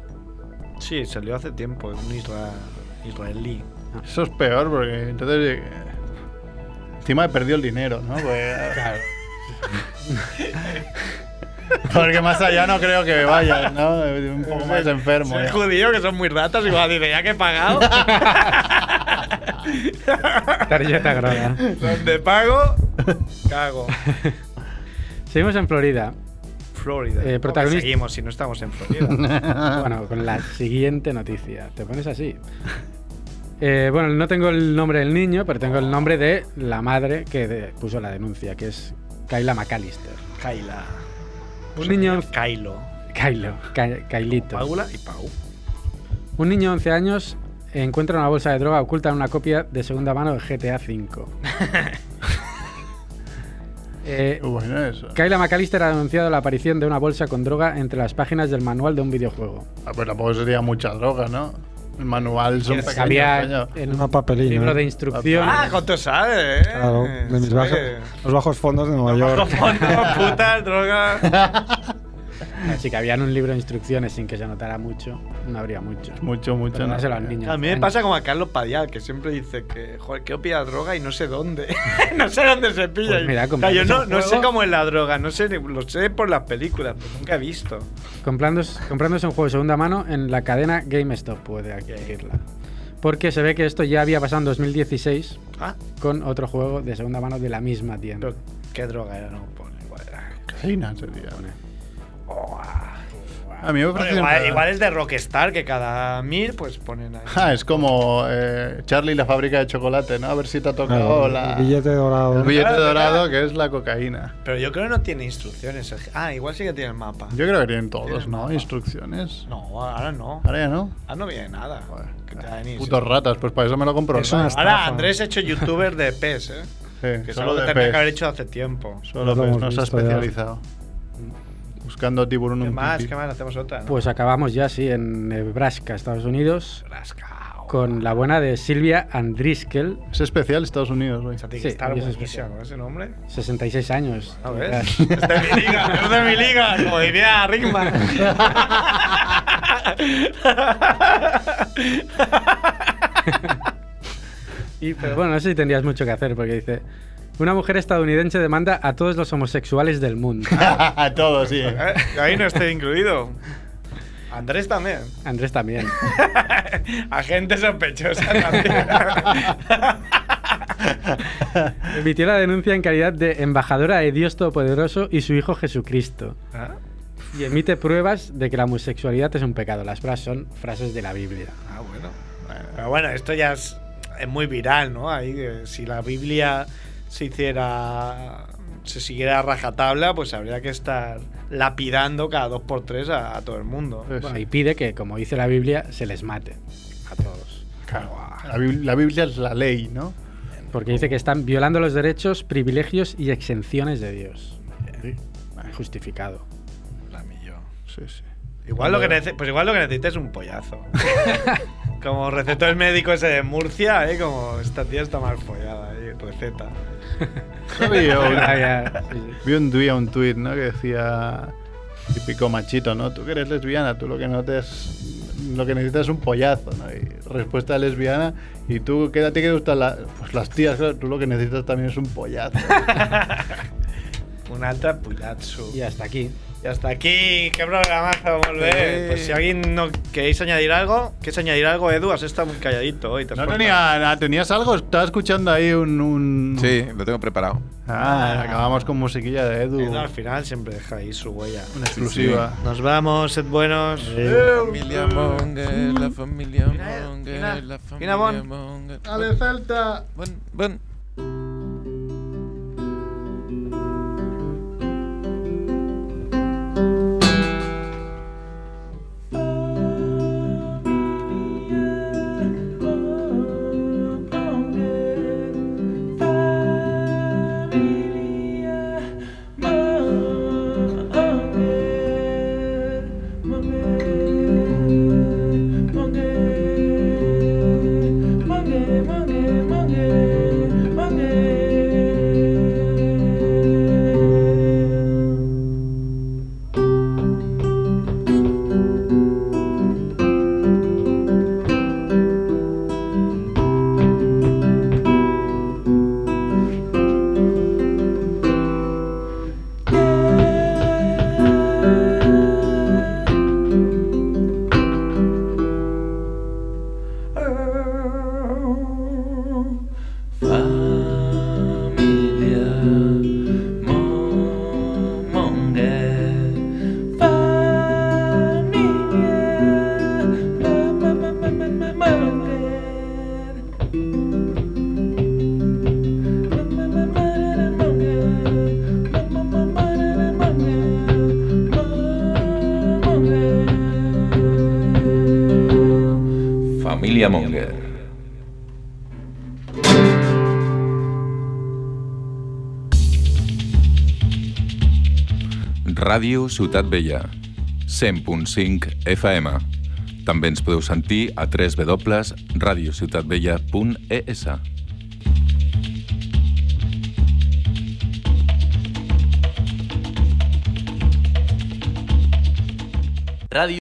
Sí, salió hace tiempo, un isra- israelí. Eso es peor porque entonces. eh, Encima he perdido el dinero, ¿no? Pues, Porque más allá no creo que vayas, ¿no? Un poco más enfermo. Soy ya. judío, que son muy ratas, igual dice, ya que he pagado, Tarjeta grada. donde pago, cago. Seguimos en Florida. Florida. Eh, ¿Cómo protagonista- que Seguimos si no estamos en Florida. Ah. eh. Bueno, con la siguiente noticia. Te pones así. Eh, bueno, no tengo el nombre del niño, pero tengo el nombre de la madre que de- puso la denuncia, que es Kyla McAllister. Kaila. Un niño. Kailo. Kylo. Ky- Kylito. Paula y Pau. Un niño de 11 años encuentra una bolsa de droga oculta en una copia de segunda mano de GTA V. Eh, Bueno, eso. Kyla McAllister ha denunciado la aparición de una bolsa con droga entre las páginas del manual de un videojuego. Ah, pues tampoco sería mucha droga, ¿no? El manual son pequeños, Había coño. en Una un papelina. eh. libro de instrucciones. Ah, ¿cuánto sabe, eh? Claro, de mis Sí. bajos, los bajos fondos de Nueva Bajo York. fondo, puta, droga. Así que había en un libro de instrucciones sin que se notara mucho, no habría mucho. Mucho, mucho. Pero ¿no? dáselo al niño. A mí me pasa como a Carlos Padial, que siempre dice que, joder, que opia droga y no sé dónde. no sé dónde se pilla. Pues mira, O sea, yo no, compramos un no sé juego. cómo es la droga, no sé, ni- lo sé por las películas, pero nunca he visto. Comprándose, comprándose un juego de segunda mano en la cadena GameStop puede adquirirla. Porque se ve que esto ya había pasado en 2016 Ah, con otro juego de segunda mano de la misma tienda. pero ¿qué droga era? No pone, igual era. Cocaína sería. Oh, ah. A mí me Bueno, parece igual, una- igual es de Rockstar que cada mil pues ponen ahí. Ah, es como eh, Charlie y la fábrica de chocolate, ¿no? A ver si te ha Claro, tocado la- el billete dorado. el billete Claro, dorado, que es la cocaína. Pero yo creo que no tiene instrucciones. el- Ah, igual sí que tiene el mapa. Yo creo que tienen todos, Tienen ¿no? mapa. Instrucciones. No, ahora no. Ahora ya no. Ahora no viene nada. Que te da inicio. Putos ratas, pues para eso me lo compro. Es online. una Ahora estafa. Andrés ha hecho youtuber de PES, ¿eh? Sí, Que es solo algo que de tenía pez. que haber hecho hace tiempo. Solo Lo pez, hemos no se ha visto ya. especializado. Buscando tiburón ¿Qué un más? pipí. ¿Qué más? Hacemos otra. ¿no? Pues acabamos ya, sí, en Nebraska, Estados Unidos, Rascao. con la buena de Silvia Andriskel, Es especial Estados Unidos, güey. O sea, tiene Sí, que estar y eso es buenísimo especial. ese nombre. 66 años. A ver. es de mi liga, es de mi liga. Como diría Rickman. Y, pero bueno, no sé si tendrías mucho que hacer porque dice, una mujer estadounidense demanda a todos los homosexuales del mundo. A todos, sí. Eh, Ahí no estoy incluido. Andrés también. Andrés también. Agente sospechosa también. Emitió la denuncia en calidad de embajadora de Dios Todopoderoso y su hijo Jesucristo. ¿Ah? Y emite pruebas de que la homosexualidad es un pecado. Las frases son frases de la Biblia. Ah, bueno. Pero bueno, esto ya es, es muy viral, ¿no? Ahí, eh, si la Biblia se hiciera. se siguiera a rajatabla, pues habría que estar lapidando cada dos por tres a, a todo el mundo. Sí, Bueno, sí. y pide que, como dice la Biblia, se les mate a todos. La, Bib- la Biblia es la ley, ¿no? Porque dice que están violando los derechos, privilegios y exenciones de Dios. Justificado. Sí, sí. Igual lo que nece- pues igual lo que necesita es un pollazo. como recetó el médico ese de Murcia, ¿eh? Como esta tía está mal follada, ¿eh? receta. Vi Ah, un, ya, sí, sí. vi un día un tuit, ¿no? Que decía típico machito, ¿no? Tú que eres lesbiana, tú lo que no te es- lo que necesitas es un pollazo, ¿no? Y respuesta lesbiana, y tú quédate que te gustan la- pues las tías, claro, tú lo que necesitas también es un pollazo. Un alta pulatsu. Y hasta aquí. Y hasta aquí, qué programazo, volver. Pues si alguien no queréis añadir algo, ¿queréis añadir algo, Edu? Has estado muy calladito hoy. te has ¿No portado- tenía, na- tenías algo? Estaba escuchando ahí un... un- Sí, lo tengo preparado. Ah, acabamos con musiquilla de Edu. Edu al final siempre deja ahí su huella. Una exclusiva. Nos vamos, sed buenos. La familia Monger, la familia Mira, mira, Monger, la mira, familia Bon. Monger. ¡Ale, Celta! Bon, bon. Familia Monger, Familia Monger. Ràdio Ciutat Vella, 100.5 FM. També ens podeu sentir a www.radiociutatvella.es. Ràdio